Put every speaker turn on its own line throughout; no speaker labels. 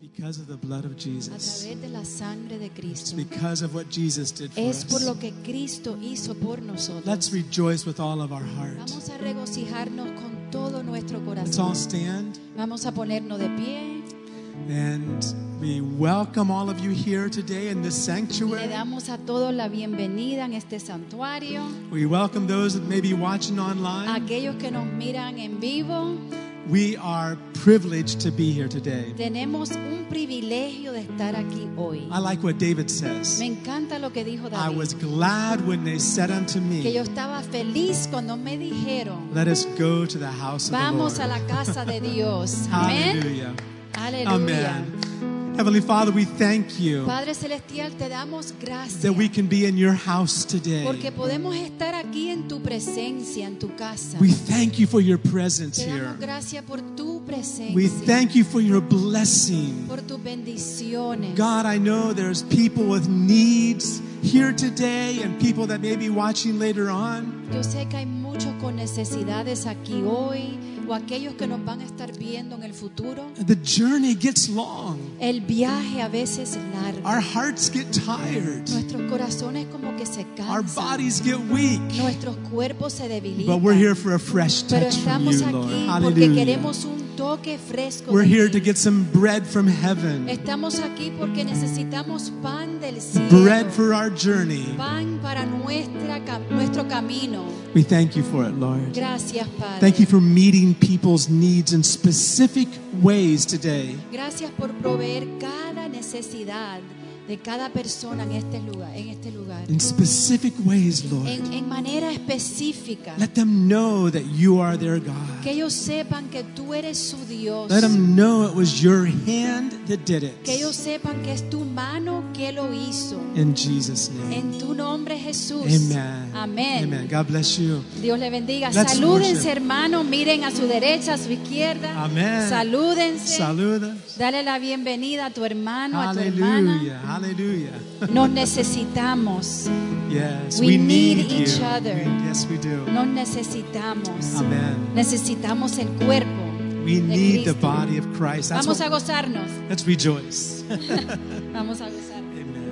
because of the blood of
a
Jesus.
través de la sangre de
It's
Cristo.
because of what Jesus did for
Es por
us.
lo que Cristo hizo por nosotros.
Let's rejoice with all of our heart.
Vamos a regocijarnos con todo nuestro
Let's all
corazón.
stand
Vamos a ponernos de pie.
and we welcome all of you here today in this
Le
sanctuary.
damos a todos la bienvenida en este santuario.
We welcome those that may be watching
A
online.
aquellos que nos miran en vivo,
We are privileged to be here today.
tenemos un privilegio de estar aquí hoy.
I like what David
Me
says.
encanta lo que dijo
I
David,
was glad when they said unto
que yo
me,
estaba feliz cuando me dijeron,
Let us go to the house of the
vamos a
Lord.
la casa de Dios. Amén.
Hallelujah.
Aleluya.
Amen. Heavenly Father, we thank you
Padre Celestial, te damos gracias
that we can be in your house today.
porque podemos estar aquí en tu presencia, en tu casa.
We thank you for your presence
Te
here.
damos gracias por tu
We
presencia,
thank you for your blessing.
por tus bendiciones.
God, I know there's people with needs here today and people that may be watching later on.
Yo sé que hay muchos con necesidades aquí hoy o aquellos que nos van a estar viendo en el futuro.
The journey gets long.
El viaje a veces es largo.
Our hearts get tired.
Nuestros corazones como que se
Our
cansan.
bodies get weak.
Nuestros cuerpos se
But we're here
debilitan.
for a fresh
Pero
touch from
estamos
you, Lord.
aquí porque
Hallelujah.
queremos un toque fresco.
We're
de
here
ti.
to get some bread from heaven.
Estamos aquí porque necesitamos pan del cielo.
Bread for our journey.
Pan para nuestra, cam- nuestro camino.
We thank you for it, Lord.
Gracias, Padre.
Thank you for meeting people's needs in specific ways today.
Gracias por proveer cada necesidad de cada persona en este lugar, en este lugar.
In specific ways, Lord.
En, en manera específica.
Let them know that you are their God.
Que ellos sepan que tú eres su Dios.
Let 'em- them know it was your hand that did
Que ellos
it.
sepan que es tu mano que lo hizo.
In Jesus' name.
En tu nombre Jesús.
Amen.
Amén.
Amen. God bless you.
Dios le bendiga.
Let's
Salúdense,
worship.
hermanos. Miren a su derecha, a su izquierda.
Amén.
Salúdense.
Saluda.
Dale la bienvenida a tu hermano, a tu
Hallelujah.
hermana.
Hallelujah.
Nos necesitamos.
Yes,
We
we
need
need you.
each other.
We- Yes, we do.
Nos necesitamos.
Amen.
Necesitamos el cuerpo.
We
de
need the
Cristo.
body of Christ. That's
Vamos
what,
a gozarnos.
let's rejoice.
Vamos a gozarnos.
Amen.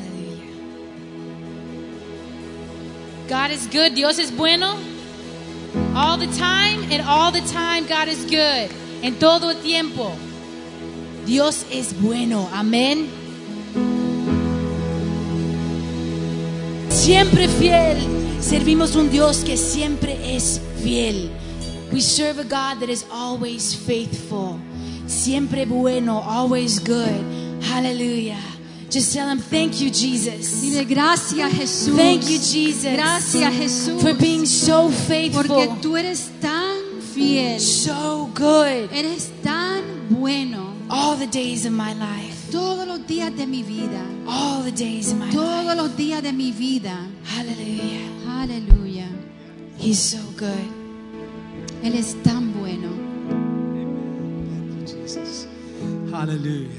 Aleluya. God is good. Dios es bueno.
All the time and all the time God is good. En todo el tiempo. Dios es bueno. Amén. Siempre fiel. Servimos un Dios que siempre es fiel. We serve a God that is always faithful. Siempre bueno, always good. Hallelujah. Just tell him thank you Jesus.
Dile gracias Jesús.
Thank you Jesus.
Gracias Jesús.
For being so faithful.
porque tú eres tan fiel.
so good
Eres tan bueno.
all the days of my life.
Todos los días de mi vida.
All the days of my life.
Todos los días de mi vida.
Hallelujah.
Aleluya.
He's so good.
Él es tan bueno.
Thank you, Jesus. Hallelujah.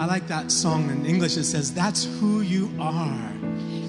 I like that song in English. It says, That's who you are.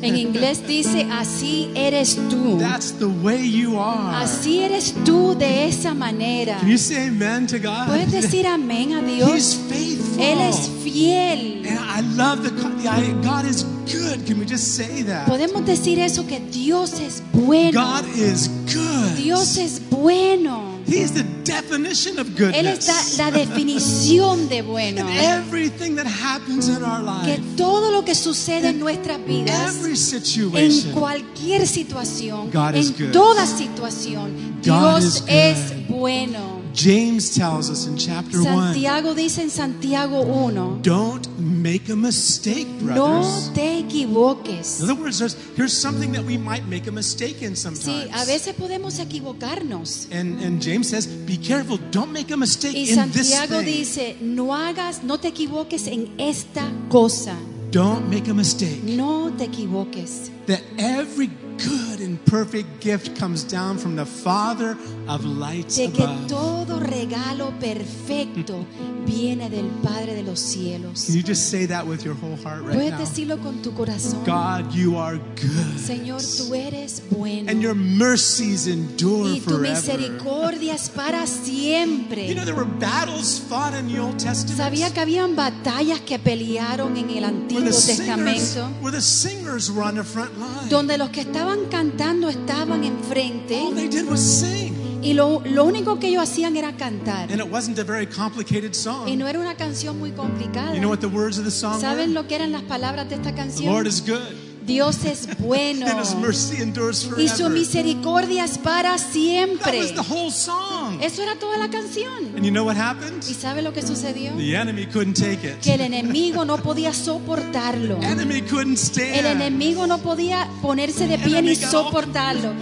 En inglés dice, así eres tú.
That's the way you are.
Así eres tú de esa manera.
Can you say amen to God?
Puedes decir amén a
He's
Dios.
faithful.
Él es fiel.
and I love the, co- the I, God is good. Can we just say that?
Podemos decir eso que Dios es bueno.
God is good.
Dios es bueno.
He's the definition of
Él es la,
goodness.
la definición de bueno.
And everything that happens in our
Que
life,
todo lo que sucede en nuestras vidas,
every
en
situation,
cualquier situación,
God is
en
good.
toda situación,
God is
Dios
good.
es bueno.
James tells us in chapter 1.
Santiago dice en Santiago 1,
Don't make a mistake, brothers.
no te equivoques.
In other words, there's, here's something that we might make a mistake in sometimes.
Sí, a veces podemos equivocarnos.
and, and James says, be careful, don't make a mistake
Y
in this
Santiago
thing.
dice, no hagas, no te equivoques en esta cosa.
don't make a mistake.
No te equivoques.
that every good and perfect gift comes down from the Father of lights
de que
above.
todo regalo perfecto viene del Padre de los
Can
cielos.
you just say that with your whole heart right
Puedes
now?
decirlo con tu corazón.
God, you are good.
Señor, tú eres bueno.
And your mercies endure
y tu
forever.
misericordia es para
You know,
siempre.
there were battles fought in the Old
Sabía
Testament.
que habían batallas que pelearon en el
Where the,
Antiguo
singers,
Testamento,
where the singers were on the front line.
donde los que estaban cantando estaban
All
enfrente
they did was sing.
y lo, lo único que ellos hacían era cantar.
And it wasn't a very complicated
Y
song.
no era una canción muy
You know
complicada.
what the words of the song
¿Saben
were?
lo que eran las palabras de esta
The Lord
canción?
is good.
Dios es bueno
And his mercy endures
y su
forever.
misericordia es para
That
siempre.
was the whole song.
Eso era toda la canción.
And you know what
¿Y
happened?
sabe lo que sucedió?
The enemy couldn't take it.
Que el enemigo no podía soportarlo.
Enemy couldn't
El
stand.
enemigo no podía ponerse de pie ni soportarlo.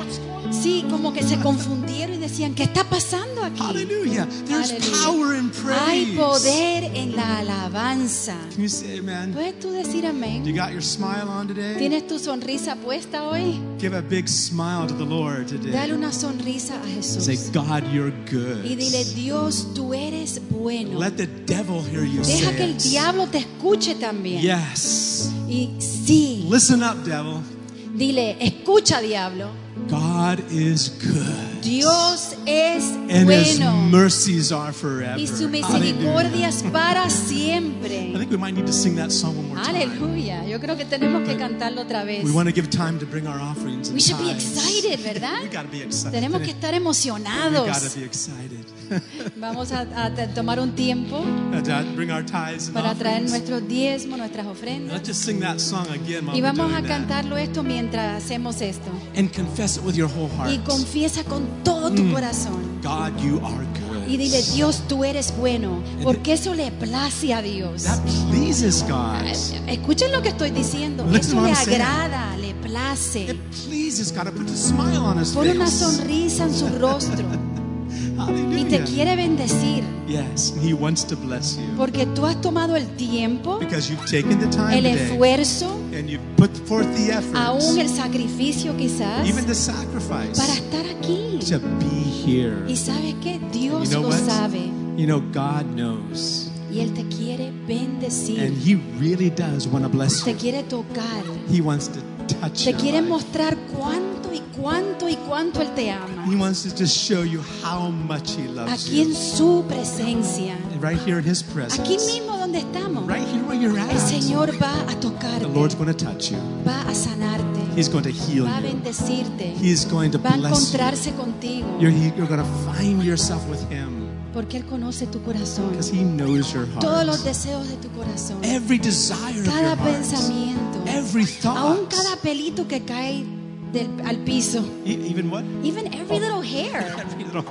Sí, como que se confundieron y decían, ¿qué está pasando aquí?
Hallelujah. There's
Aleluya.
power in
Hay
praise.
poder en la alabanza.
Can you say amen?
¿Puedes tú decir
You
amén?
got your smile on today?
¿Tienes tu sonrisa puesta hoy?
Give a big smile to the Lord
Dale
today.
una sonrisa a
Say,
Jesús.
God, you're
Y
good.
dile, Dios, tú eres bueno.
Let the devil hear you say
Deja que el
it.
diablo te escuche también.
Yes.
Y sí,
Listen up, devil.
dile, escucha diablo.
God is good.
Dios es
And his
bueno.
mercies are forever.
Y su
Hallelujah.
misericordia es para
I
siempre.
think we might need to sing that song one more time.
Aleluya. Yo creo que tenemos que cantarlo otra vez.
We want to give time to bring our offerings.
We
and
should be
tithes.
excited, ¿verdad?
We gotta be excited.
Tenemos que estar
We gotta
emocionados.
be excited.
Vamos a, a t- tomar un tiempo
to bring our tithes and
para traer
offerings.
nuestros diezmos, nuestras ofrendas.
Let's just sing that song again. while we're
Y vamos a
doing that.
cantarlo esto mientras hacemos esto.
And confess it with your whole heart.
Y confiesa con todo
Mm.
tu corazón.
God, you are good.
Y dile, Dios, tú eres bueno, porque eso le place a Dios.
That pleases God.
Escuchen lo que estoy diciendo.
Listen
Eso
what
le
I'm saying.
agrada, le place.
It pleases God. It puts a smile on his
Pone una
face.
sonrisa en su rostro y te
Hallelujah.
quiere bendecir
Yes, and he wants to bless you.
porque tú has tomado el tiempo,
Because you've taken the time
el
today
esfuerzo,
and you've put forth the effort,
aún el sacrificio quizás,
even the sacrifice,
para estar aquí.
to be here.
Y sabes que Dios
You know
lo
what?
sabe
You know, God knows.
y Él te quiere
And
bendecir,
he really does want to bless
te
you.
quiere tocar,
He wants to touch
te
your
quiere
life.
mostrar cuánto y cuánto y cuánto Él te ama.
He wants to just show you how much he loves
Aquí en
you.
su presencia,
And right here in his
aquí
presence.
mismo donde estamos.
Right here where you're
El
at.
Señor va a
The Lord's
tocarte,
going to touch you.
va a sanarte,
He's going to heal
va a
you.
bendecirte,
He's going to
va a
bless you.
encontrarse contigo,
You're, you're going to find yourself with him
porque Él conoce tu corazón,
because he knows your heart.
todos los deseos de tu corazón,
every desire of your
cada
heart,
pensamiento,
every
aún
thought,
cada pelito que cae del- al piso,
e- even what?
even every
Oh.
little hair.
Every little,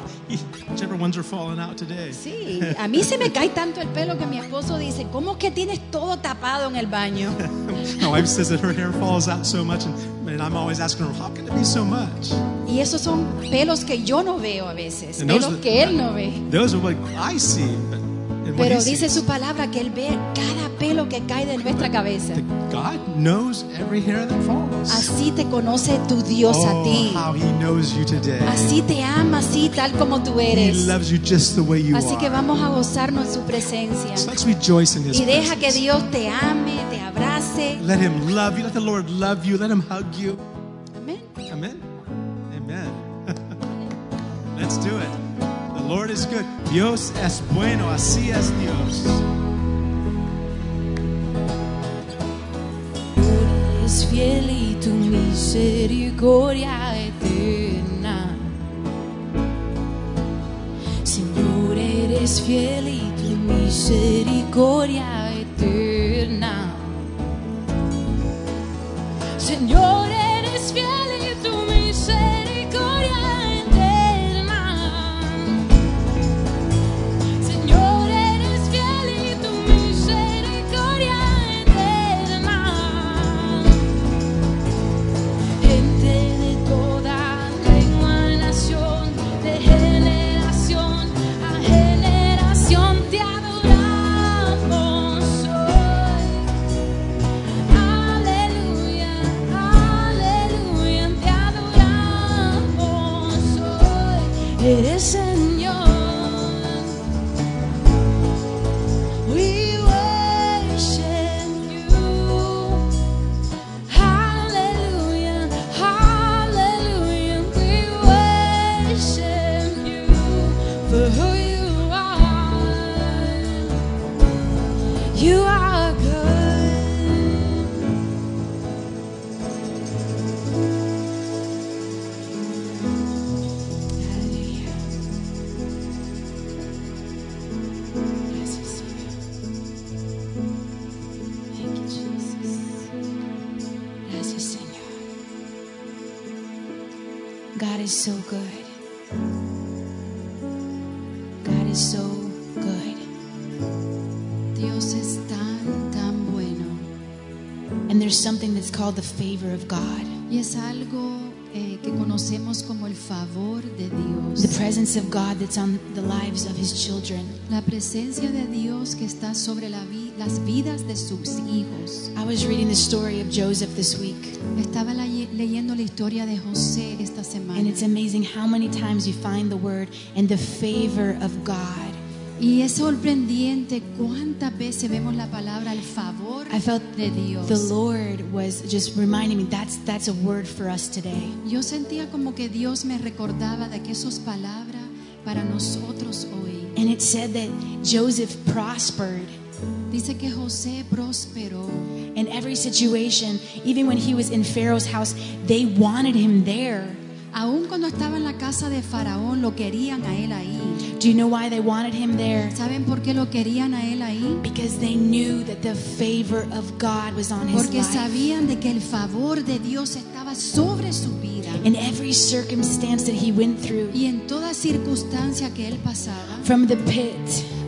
whichever ones are falling out today.
Sí, a mí se me cae tanto el pelo que mi esposo dice, ¿cómo es que tienes todo tapado en el baño?
My wife says that her hair falls out so much, and, and I'm always asking her, how can it be so much?
Y esos son pelos que yo no veo a veces,
And those
pelos
that-
que él no ve.
Those are what I see, but and what
Pero
he
dice
sees.
su palabra que Él ve cada pelo que cae de nuestra cabeza.
That God knows every hair that falls.
Así te conoce tu Dios a
Oh,
ti.
how he knows you today.
Así te ama, así tal como tú
He
eres.
loves you just the way you
Así
are.
que vamos a gozarnos en su presencia.
So let's rejoice in his
Y deja que
presence.
Dios te ame, te abrace.
Let him love you. Let the Lord love you. Let him hug you.
Amén.
Amen. Amen. Let's do it. The Lord is good. Dios es bueno. Así es Dios.
eres fiel y tu misericordia eterna. Señor, eres fiel y tu misericordia eterna. Señor, eres fiel y tu misericordia eterna. Señor, eres fiel y tu misericordia eterna. Gente de toda lengua, nación, de generación a generación te adoramos hoy. Aleluya. You are good. Hallelujah. Gracias, Señor. Thank you, Jesus. Gracias, Señor. God is so good. God is so good. Dios es tan, tan bueno. And there's something that's called the favor of God.
Y es algo eh, que conocemos como el favor de
The
Dios.
presence of God that's on the lives of his children.
La presencia de Dios que está sobre la vi- las vidas de sus hijos.
I was reading the story of Joseph this week,
Estaba la- leyendo la historia de José esta
and
semana.
it's amazing how many times you find the word and the favor of God.
Y es sorprendente cuántas veces vemos la palabra el favor
I felt
de
The
Dios.
Lord was just reminding me that's that's a word for us today.
Yo sentía como que Dios me recordaba de que eso es palabra para nosotros hoy.
And it said that Joseph prospered
Dice que José prosperó.
in every situation, even when he was in Pharaoh's house, they wanted him there.
Aún cuando estaba en la casa de Faraón, lo querían a él ahí.
Do you know why they wanted him there?
¿Saben por qué lo querían a él ahí?
Because they knew that the favor of God was on his
Porque
life.
sabían de que el favor de Dios estaba sobre su vida.
In every circumstance that he went through,
Y en toda circunstancia que él pasaba,
from the pit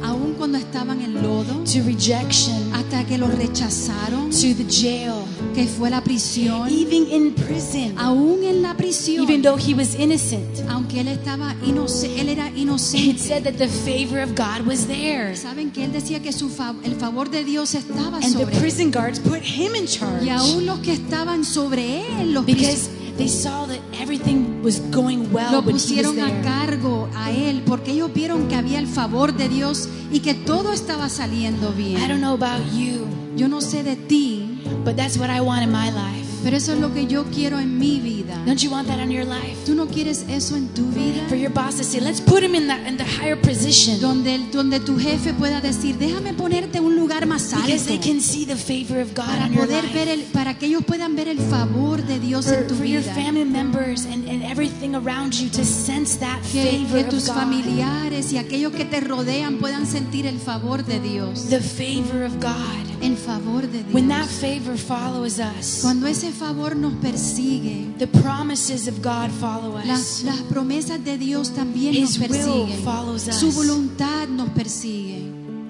aún cuando estaban en lodo,
to rejection
hasta que lo rechazaron,
to the jail,
que fue la prisión,
even in prison,
aún en la
even
prisión,
though he was innocent.
aunque él estaba inocente, él era
It
inocente.
said that the favor of God was there.
Saben que él decía que su fa- el favor de Dios estaba
And the
sobre él.
prison guards put him in
Y
charge
aún los que estaban sobre él, los
because
prisioneros,
they saw that everything was going well
lo
when he was
pusieron a
there.
cargo a él porque ellos vieron que había el favor de Dios y que todo estaba saliendo
I
bien.
don't know about you,
Yo no sé de ti,
but that's what I want in my life.
pero eso es lo que yo quiero en mi vida.
Don't you want that on your life?
¿Tú no quieres eso en tu vida?
For your boss to say, let's put him in the, in the higher position
Donde, el- donde tu jefe pueda decir, déjame ponerte en un lugar más
because they
alto
can see the favor of God
para
on your
poder
life.
ver el, para que ellos puedan ver el favor de Dios
For,
en tu
for your
vida.
family members and, and everything around you to sense that
Que,
favor
que
of
tus
God.
familiares y aquellos que te rodean puedan sentir el favor de Dios.
The favor of God.
El favor de
When that
Dios.
favor follows us,
Cuando ese favor nos persigue,
the promises of God follow
las,
us.
las promesas de Dios también nos
His will
persiguen.
follows us.
Su voluntad nos persigue.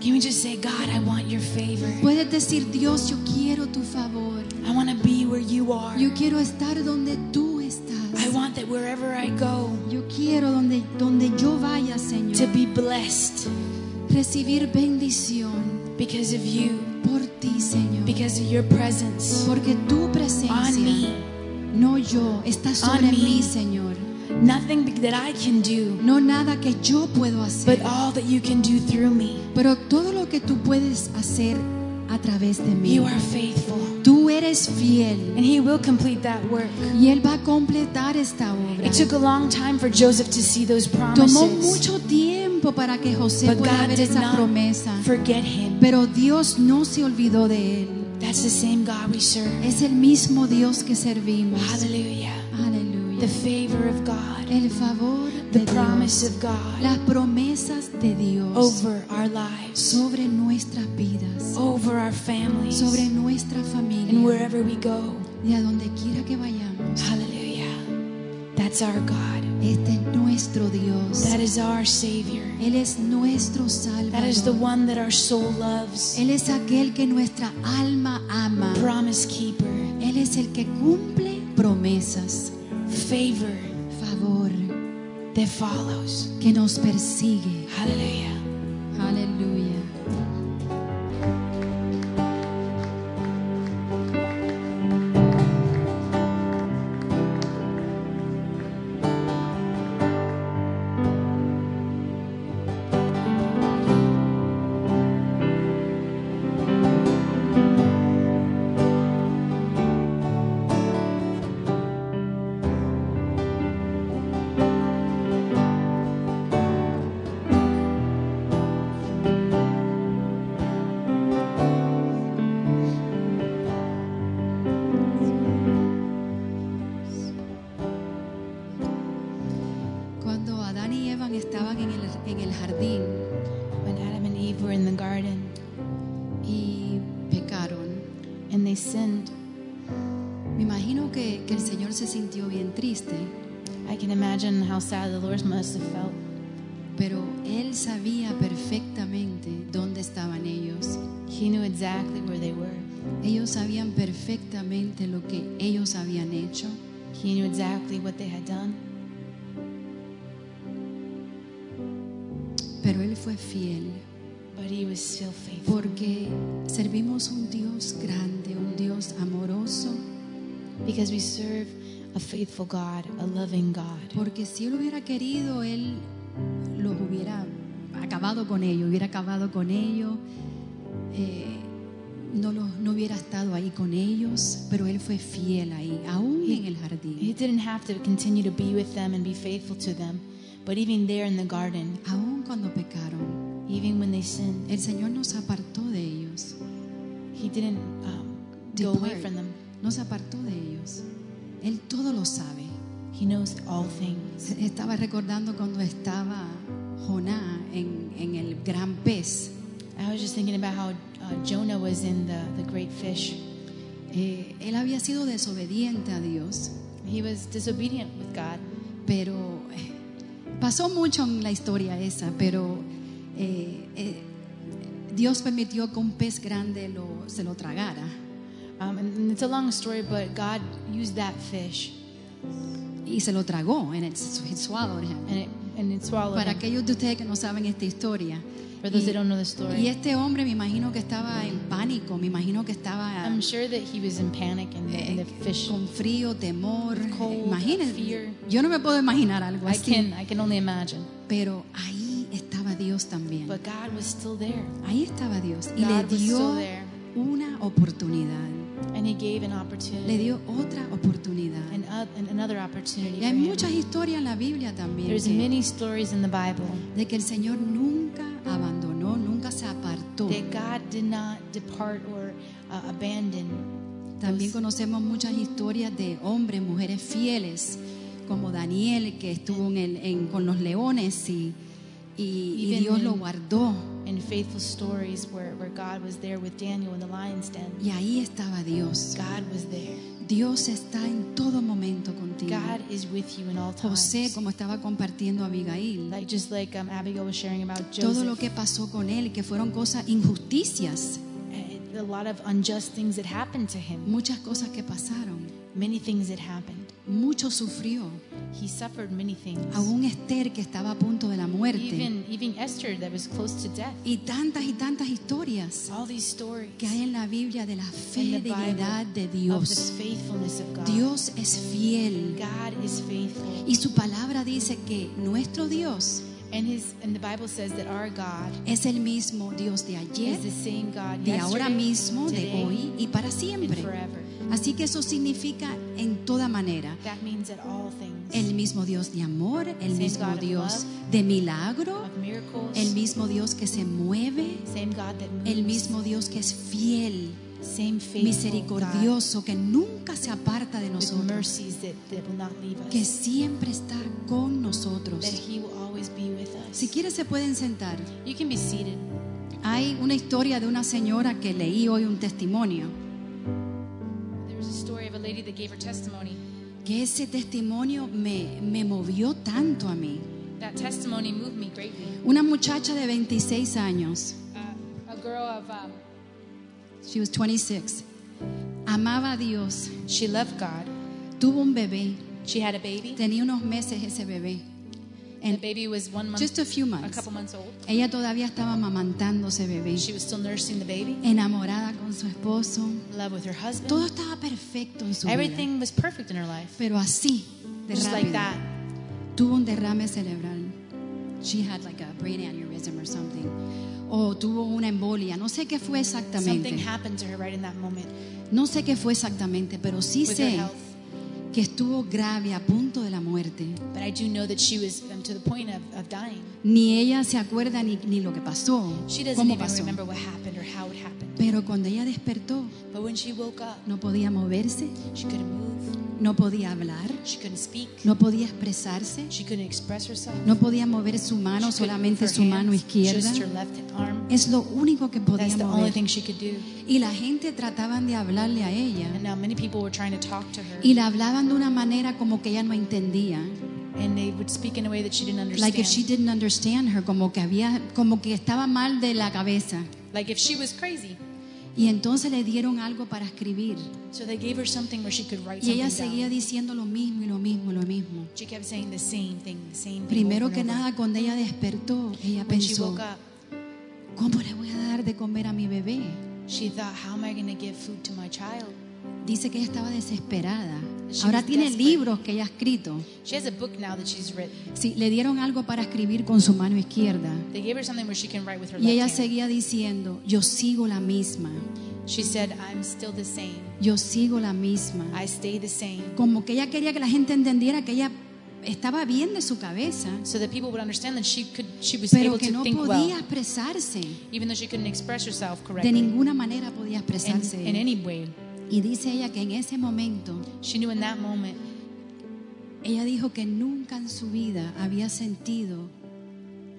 Can we just say, God, I want your favor.
Puedes decir, Dios, yo quiero tu favor.
I want to be where you are.
Yo quiero estar donde tú
I
estás.
want that wherever I go
Yo quiero donde, donde yo vaya,
to
Señor,
be blessed
recibir bendición
because of you,
por ti, Señor.
because of your presence
Porque tu
on
presencia,
me.
no yo, está sobre
On me.
mí, Señor.
Nothing be- that I can do,
No nada que yo puedo
but
hacer.
all that you can do through me.
Pero todo lo que tú puedes hacer a través de mí,
You are faithful,
tú eres fiel
and He will complete that work.
y Él va a completar esta obra.
It took a long time for Joseph to see those
Tomó
promises,
mucho tiempo para que José
but
pueda
God
ver
did
esa promesa,
not forget him.
pero Dios no se olvidó de Él.
That's the same God we serve.
Es el mismo Dios que servimos.
Hallelujah.
Aleluya.
The favor of God,
El favor
the
de
promise
Dios,
of God
las promesas de Dios
over our lives,
sobre nuestras vidas,
over our families,
sobre nuestra
and
familia
wherever we go.
y a donde quiera que vayamos.
Hallelujah. That's our God.
Este es nuestro Dios.
That is our Savior.
Él es nuestro
That is the
Salvador.
one that our soul loves.
Él es aquel que nuestra alma ama.
Promise keeper,
Él es el que cumple promesas,
favor
favor
that follows.
que nos persigue.
Hallelujah.
Aleluya.
Eve were in the garden
y pecaron.
and they sinned.
Me imagino que, que el Señor se sintió bien triste,
I can imagine how sad the Lord must have felt.
pero Él sabía perfectamente dónde estaban ellos.
He knew exactly where they were.
Ellos sabían perfectamente lo que ellos habían hecho.
He knew exactly what they had done,
Pero Él fue fiel
but he was still faithful
porque servimos un Dios grande, un Dios amoroso,
because we serve a faithful God, a loving God.
porque si Él hubiera querido, Él los hubiera acabado con ellos, hubiera acabado con ellos, eh, no, los, no hubiera estado ahí con ellos, pero Él fue fiel ahí, aún en el
He
jardín,
didn't have to continue to be with them and be faithful to them, but even there in the garden,
aún cuando pecaron.
even when they sinned,
El Señor nos apartó de ellos,
he didn't um, go away
Depart.
from them.
nos apartó de ellos. Él todo lo sabe.
He knows all things.
Estaba recordando cuando estaba Joná en, en el gran pez.
I was just thinking about how uh, Jonah was in the, the great fish.
Eh, él había sido desobediente a Dios,
He was disobedient with God.
pero eh, pasó mucho en la historia esa, pero eh, eh, Dios permitió que un pez grande lo- se lo tragara.
Um, and, and it's a long story, but God used that fish
Y se lo tragó, and it's- it swallowed him.
and it, and it swallowed
Para
him.
aquellos de ustedes que no saben esta historia.
For those
y,
that don't know the story.
y este hombre me imagino que estaba en pánico, me imagino que estaba...
I'm sure that he was in panic and, and the
Eh,
fish.
con frío, temor.
cold,
Imagínense.
fear.
Yo no me puedo imaginar algo
I
así.
can, I can only imagine.
Pero ahí estaba Dios también.
But God was still there.
Ahí estaba Dios. Y
God
le
was still
dio
there.
una oportunidad.
And he gave an
Le
opportunity.
dio otra oportunidad.
And, oth- and another
Y
opportunity for
hay
him.
muchas historias en la Biblia también
There's
que-
many stories in the Bible
de que el Señor nunca abandonó, nunca se apartó.
that God did not depart or uh, abandon.
También conocemos muchas historias de hombres, mujeres fieles, como Daniel que estuvo en el- en- con los leones y, y- y
Even
Dios
in-
lo guardó.
And faithful stories where, where God was there with Daniel in the lion's den.
Y ahí estaba Dios.
God was there.
Dios está en todo momento contigo.
God is with you in all times.
José, como estaba compartiendo Abigail,
like just like um, Abigail was sharing about Joseph,
todo lo que pasó con él, que fueron cosas injusticias,
uh, a lot of unjust things that happened to him,
muchas cosas que pasaron,
many things that happened.
mucho sufrió.
He suffered many things.
Aún Esther, que estaba a punto de la muerte,
Even even Esther that was close to death.
y tantas y tantas historias
All these stories
que hay en la Biblia de la fidelidad de
of the
Dios.
faithfulness of God.
Dios es fiel.
God is faithful,
Y su palabra dice que nuestro Dios
and His and the Bible says that our God
es el mismo Dios de ayer,
is the same God
de ahora
yesterday,
mismo, de
today,
hoy y para
and
siempre.
forever.
Así que eso significa en toda manera
That means that all things
el mismo Dios de amor, el
Same
mismo
God of
Dios
love.
de milagro,
of miracles,
el mismo Dios que se mueve,
same God that moves,
el mismo Dios que es fiel,
same faithful God
misericordioso, que nunca se aparta de
with
nosotros,
mercies that, that will not leave us,
que siempre está con
that
nosotros.
He will always be with us.
Si quieres se pueden sentar.
you can be seated.
Hay una historia de una señora que leí hoy un testimonio,
There was a story of a lady that gave her testimony.
que ese testimonio me, me movió tanto a mí.
That testimony moved me greatly.
Una muchacha de 26 años.
Uh, a girl of um,
She was 26. Amaba a Dios.
she loved God.
Tuvo un bebé.
She had a baby.
Tenía unos meses ese bebé.
The
And
baby was one month,
just a few
a
months.
couple months old.
Ella todavía estaba amamantando ese bebé.
She was still nursing the baby,
Enamorada con su esposo.
in love with her husband.
Todo estaba perfecto en su vida.
Everything was perfect in her life.
Pero así, de
Just
rápido,
like that,
tuvo un derrame cerebral. She had like a brain aneurysm or something. O tuvo una embolia. No sé qué fue
something
exactamente.
happened to her right in that moment
No sé qué fue exactamente, pero sí
with her
sé
health.
que estuvo grave a punto de la muerte.
But I do know that she was um, to the point of, of dying.
Ni ella se acuerda ni, ni lo que pasó,
She doesn't
cómo
even
pasó.
remember what happened or how it happened.
Pero cuando ella despertó,
But when she woke up,
no podía moverse,
she couldn't move,
no podía hablar,
she couldn't speak,
no podía expresarse,
she couldn't express herself.
no podía mover su mano,
She couldn't
solamente
move her
su mano
hands, Just her
izquierda.
left arm.
Es lo único que
That's the
podíamos
only
ver.
thing she could do.
Y la gente trataban de hablarle a ella.
And now many people were trying to talk to her.
Y la hablaban de una manera como que ella no entendía.
And they would speak in a way that she didn't understand.
Like if she didn't understand her, como que había, como que estaba mal de la cabeza.
Like if she was crazy.
Y entonces le dieron algo para escribir.
So they gave her something where she could write
Y ella
something
seguía
down.
diciendo lo mismo y lo mismo, lo mismo.
She kept saying the same thing, the same thing.
Primero
over
que
and over.
nada, cuando ella despertó, ella
when she
pensó,
woke up,
¿cómo le voy a dar de comer a mi bebé?
she thought, "How am I going to give food to my child?"
Dice que ella estaba desesperada.
She
Ahora
was
tiene
desperate.
libros que ella ha escrito.
She has a book now that she's written.
Sí, le dieron algo para escribir con su mano izquierda.
They gave her something where she can write with her
Y ella
left hand.
seguía diciendo, yo sigo la misma,
She said, "I'm still the same.
yo sigo la misma.
I stay the same."
Como que ella quería que la gente entendiera que ella estaba bien de su cabeza,
So that people would understand that she could, she was
pero
able
que
to
no
think
podía
well,
expresarse.
even though she couldn't express herself
De
correctly
ninguna manera podía
in,
expresarse.
in any way.
Y dice ella que en ese momento
She knew in that moment
Ella dijo que nunca en su vida había sentido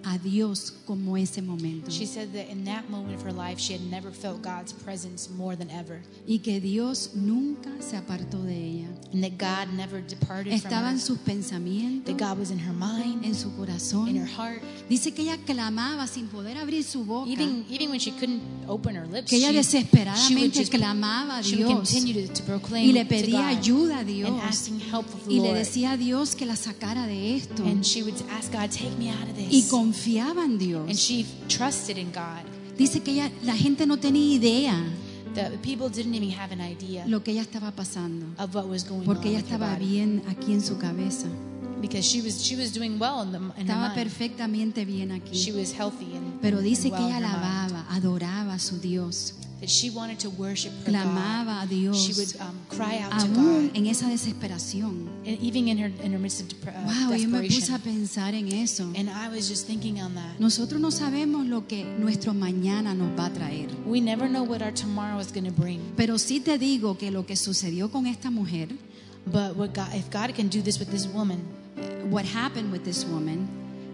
a Dios como ese momento.
She said that in that moment of her life, she had never felt God's presence more than ever,
Y que Dios nunca se apartó de ella.
and that God never departed from
Estaba
her.
en sus pensamientos,
That God was in her mind,
en su
in her
corazón.
heart.
Dice que ella clamaba sin poder abrir su boca.
Even even when she couldn't open her lips,
Que ella
she, she would
desesperadamente
just
clamaba a
she would
Dios.
continue to, to proclaim
Y le
to
pedía
God
ayuda a
and
Dios.
asking help of the
Y le
Lord.
decía a Dios que la sacara de esto.
and she would ask God, "Take me out of
Y
this."
confiaba en
and
Dios.
she trusted in God.
Dice que ella, la gente no tenía idea
The people didn't even have an idea
lo que ella estaba pasando.
of what was going on
Porque ella
with her
estaba
body.
bien aquí en su cabeza.
because she was she was doing well in the in her
Estaba
mind.
perfectamente bien
She
aquí.
was healthy and
Pero dice
and
que
well in
ella
her mind.
alababa, adoraba a su Dios,
that she wanted to worship her
clamaba a
God. She
Dios,
would um, cry out to
aún
God,
en esa desesperación.
and even in her in her midst of depre- uh,
Wow, yo me puse
desperation.
a pensar en eso.
and I was just thinking on that.
Nosotros no sabemos lo que nuestro mañana nos va a traer.
We never know what our tomorrow is going to bring,
Pero sí te digo que lo que sucedió con esta mujer,
but what God, if God can do this with this woman,
eh, what happened with this woman,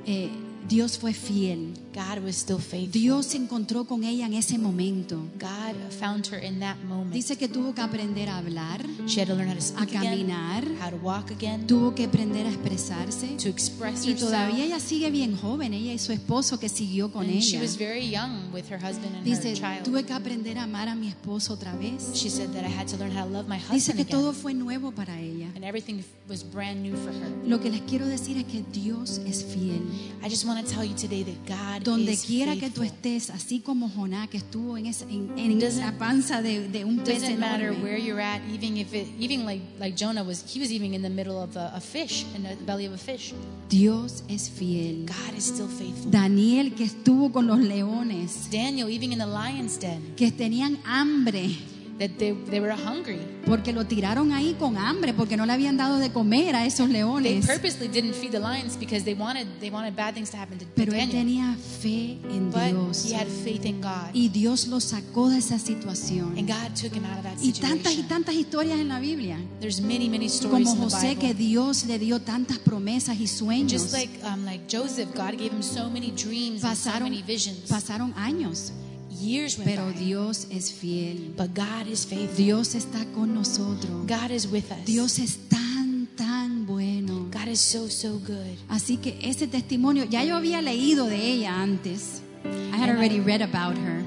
eh, Dios fue fiel.
God was still faithful.
Dios se encontró con ella en ese momento.
God found her in that moment.
Dice que tuvo que aprender a hablar.
she had to learn how to speak again,
caminar.
how to walk again,
tuvo que aprender a expresarse
to express
y
herself.
todavía ella sigue bien joven, ella y su esposo que siguió con
and she
ella.
was very young with her husband and
Dice,
her child.
tuve que aprender a amar a mi esposo otra vez.
she said that I had to learn how to love my
Dice
husband
que
again,
todo fue nuevo para ella.
and everything was brand new for her.
Lo que les quiero decir es que Dios es fiel.
I just want to tell you today that God
Donde
is
quiera que tú
faithful.
estés, así como Joná que estuvo en, ese- en- en
Doesn't-
la panza de, de un pez
Doesn't matter where
enorme.
you're at, even if it, even like like Jonah was, he was even in the middle of a, a fish, in the belly of a fish.
Dios es fiel.
God is still faithful.
Daniel que estuvo con los leones,
Daniel, even in the lion's den,
que tenían hambre.
that they they were hungry.
Porque lo tiraron ahí con hambre, porque no le habían dado de comer a esos
They
leones.
purposely didn't feed the lions because they wanted they wanted bad things to happen to, to
Pero él
Daniel.
tenía fe en
But
Dios.
he had faith in God,
Y Dios lo sacó de esa situación.
and God took him out of that
Y
situation.
tantas y tantas historias en la Biblia.
There's many many stories
Como
in the
José que
Bible.
Dios le dio tantas promesas y
Just
sueños.
like um, like Joseph, God gave him so many dreams and so
Pasaron,
many visions.
pasaron años.
Years went
Pero
by.
Dios es fiel.
But God is faithful.
Dios está con nosotros.
God is with us.
Dios es tan, tan bueno.
God is so, so good.
Así que ese testimonio, ya yo había leído de ella antes. I had
And I-
already read about her.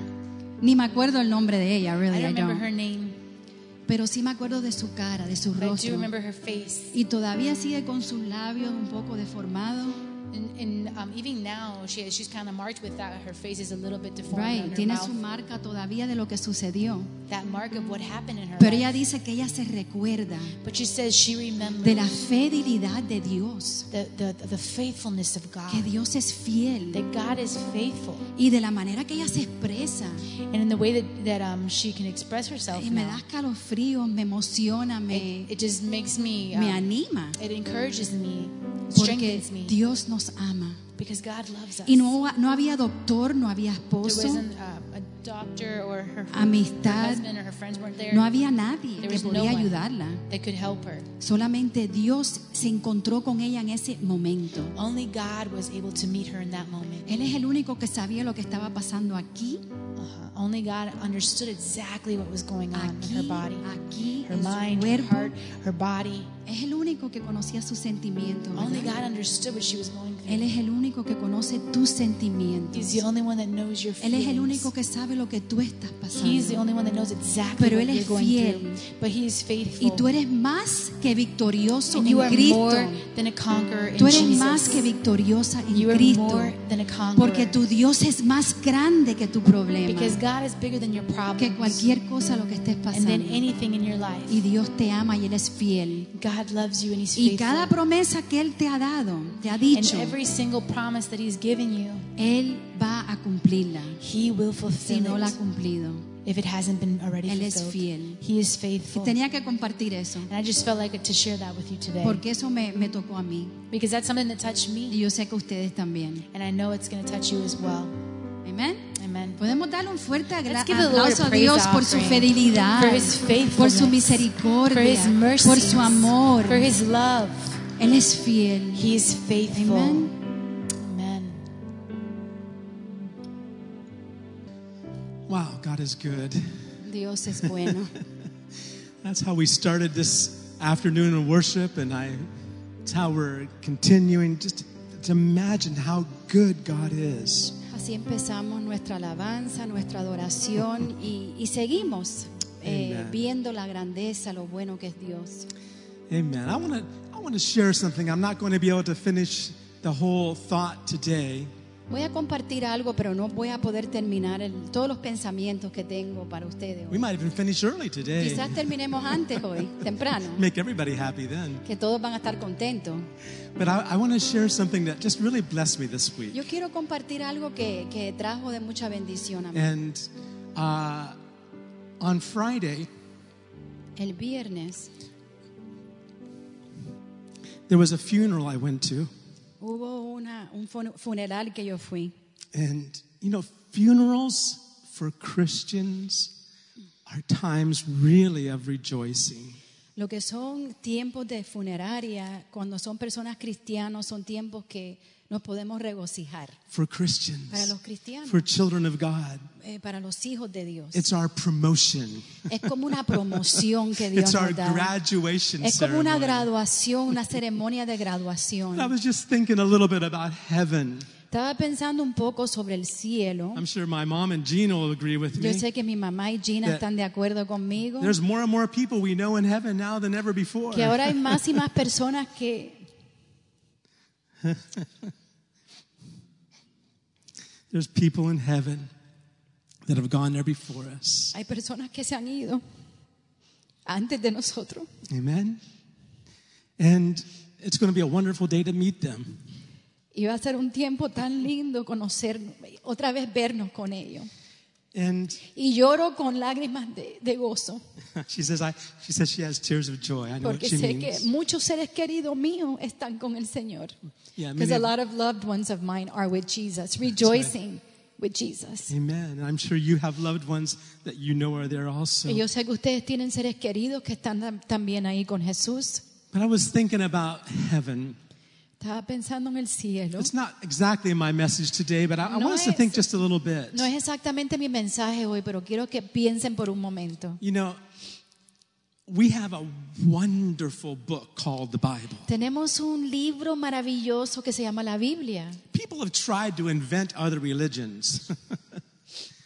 Ni me acuerdo el nombre de ella,
I
really,
don't
I
remember her
don't.
name,
Pero sí me acuerdo de su cara, de su
but I do
rostro.
remember her face.
Y todavía sigue con sus labios un poco deformados.
And, and um, even now, she, she's kind of marked with that. Her face is a little bit deformed. on
Right,
her
tiene
mouth.
su marca todavía de lo que sucedió.
that mark of what happened in her
Pero ella
life.
dice que ella se recuerda
But she says she remembers
de la fidelidad de Dios,
the, the, the faithfulness of God.
que Dios es fiel
That God is faithful.
y de la manera que ella se expresa.
And in the way that, that um, she can express herself
Y me
now,
da escalofríos, me emociona, me,
it, it just makes me,
me
um,
anima.
it encourages me,
Porque
strengthens me.
Dios nos ama.
Because God loves us.
Y no, no había doctor, no había
There
esposo,
wasn't uh, a doctor or her
amistad.
husband or her friends weren't there.
Ah, No había nadie
There
que
was no
podía
one.
ayudarla.
They could help her.
Solamente Dios se encontró con ella en ese momento.
Only God was able to meet her in that moment.
Él es el único que sabía lo que estaba pasando aquí,
Uh-huh. Only God understood exactly what was going on in her
aquí,
Ah, body,
aquí,
her
en su
mind, her
cuerpo.
heart, her body.
Es el único que conocía sus sentimientos.
Only
¿verdad?
God understood what she was going through.
Él es el único que conoce tus
He's
sentimientos.
the only one that knows your
Él
feelings.
es el único que sabe lo que tú estás
He's the
pasando.
only one that knows exactly
Pero
what
Él
you're
es
going
fiel.
through. But He is faithful.
Y tú eres más que victorioso
and you
en
are
Cristo.
more than a conqueror in
Tú eres
Jesus.
más que victoriosa en
you are
Cristo.
more than a conqueror.
Porque tu Dios es más grande que tu problema.
because God is bigger than your problems.
Que cualquier cosa lo que estés
and then
pasando.
anything in your life.
Y Dios te ama y Él es fiel.
God loves you and He's
Y
faithful.
cada promesa que Él te ha dado, te ha
and
dicho,
every single promise that He's given you,
Él va a cumplirla.
He will fulfill
Si no
it
la ha cumplido.
if it hasn't been already
Él es
fulfilled.
fiel.
He is faithful.
Tenía que compartir eso.
and I just felt like to share that with you today.
Porque eso me, me tocó a mí.
because that's something that touched
Y
me.
yo sé que ustedes también.
And I know it's going to touch you as well.
Amén.
Amen.
Podemos darle un fuerte agra-
Let's give the Lord
aplauso a
a praise
Dios por su
offering,
fidelidad,
for his
por su
faithfulness, for
misericordia,
his mercy,
por su amor.
for his love.
Él es fiel.
He is faithful.
Amen.
Amen.
Wow, God is good.
Dios es bueno.
That's how we started this afternoon of worship, and I, it's how we're continuing. Just to imagine how good God is.
Así empezamos nuestra alabanza, nuestra adoración y, y seguimos eh,
Amen.
viendo la grandeza, lo bueno que es Dios.
Amen. I want to I want to share something. I'm not going to be able to finish the whole thought today,
Voy a compartir algo, pero no voy a poder terminar el- todos los pensamientos que tengo para ustedes
We
hoy.
might even finish early today.
Quizás terminemos antes hoy, temprano,
Make everybody happy then.
que todos van a estar contentos.
But I, I want to share something that just really blessed me this week.
Yo quiero compartir algo que, que trajo de mucha bendición a mí.
And uh, on Friday,
El viernes
there was a funeral I went to.
hubo una, un fun- funeral que yo fui.
And, you know, funerals for Christians are times really of rejoicing.
Lo que son tiempos de funeraria, cuando son personas cristianas, son tiempos que nos podemos regocijar
For
para
Christians,
los cristianos,
for children of God,
eh, para los hijos de Dios.
it's our promotion,
Es como una promoción que Dios
it's our
nos da.
graduation
Es como una
ceremony.
graduación, una ceremonia de
I
graduación.
was just thinking a little bit about heaven.
Estaba pensando un poco sobre el cielo.
I'm sure my mom and Gina will agree with
Yo
me.
sé que mi mamá y Gina
that
están de acuerdo conmigo.
There's more and more people we know in heaven now than ever before.
Que ahora hay más y más personas que
There's people in heaven that have gone there before us.
hay personas que se han ido antes de nosotros.
Amen. And it's going to be a wonderful day to meet them.
Y va a ser un tiempo tan lindo conocer, otra vez vernos con ellos.
And
Y lloro con lágrimas de, de gozo,
she says, I, she says she has tears of joy. I know what
porque
she
sé que
means.
muchos seres queridos míos están con el Señor.
Yeah,
Because a
many-
lot of loved ones of mine are with Jesus, rejoicing with Jesus.
Amen. And I'm sure you have loved ones that you know are there also.
Y yo sé que ustedes tienen seres queridos que están tam- también ahí con Jesús.
But I was thinking about heaven.
Estaba pensando en el cielo.
It's not exactly my message today, but I, I
No
want us to
es-
think just a little bit.
No es exactamente mi mensaje hoy, pero quiero que piensen por un momento.
You know, we have a wonderful book called the Bible.
Tenemos un libro maravilloso que se llama la Biblia.
People have tried to invent other religions.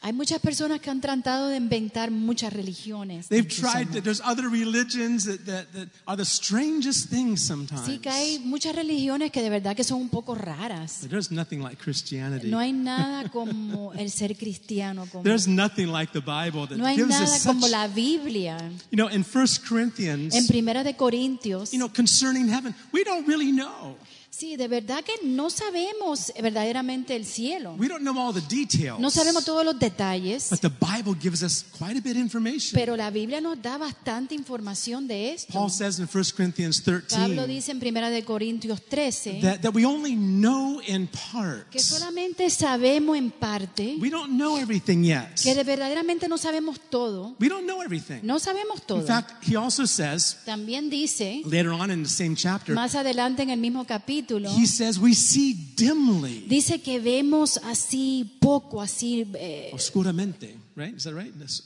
Hay muchas personas que han tratado de inventar muchas religiones.
They've tried to, there's other religions that, that, that are the strangest things sometimes.
Sí que hay muchas religiones que de verdad que son un poco raras.
But there's nothing like Christianity.
No hay nada como el ser cristiano, como,
there's nothing like the Bible that
no hay
gives
nada
us
como
such,
la Biblia.
you know, in First
En
Corinthians,
Primera de Corintios,
you know, concerning heaven, we don't really know.
Sí, de verdad que no sabemos verdaderamente el cielo.
We don't know all the details.
No sabemos todos los detalles,
But the Bible gives us quite a bit of information.
pero la Biblia nos da bastante información de esto.
Paul says in 1 Corinthians
Pablo
13
dice en 1 de Corintios 13
that, that we only know in part.
que solamente sabemos en parte,
We don't know everything yet.
que de- verdaderamente no sabemos todo.
We don't know everything.
No sabemos
In
todo.
fact, he also says
También dice,
later on in the same chapter,
más adelante en el mismo capítulo,
he says we see dimly,
dice que vemos así poco, así eh,
oscuramente, right? Is that right? That's-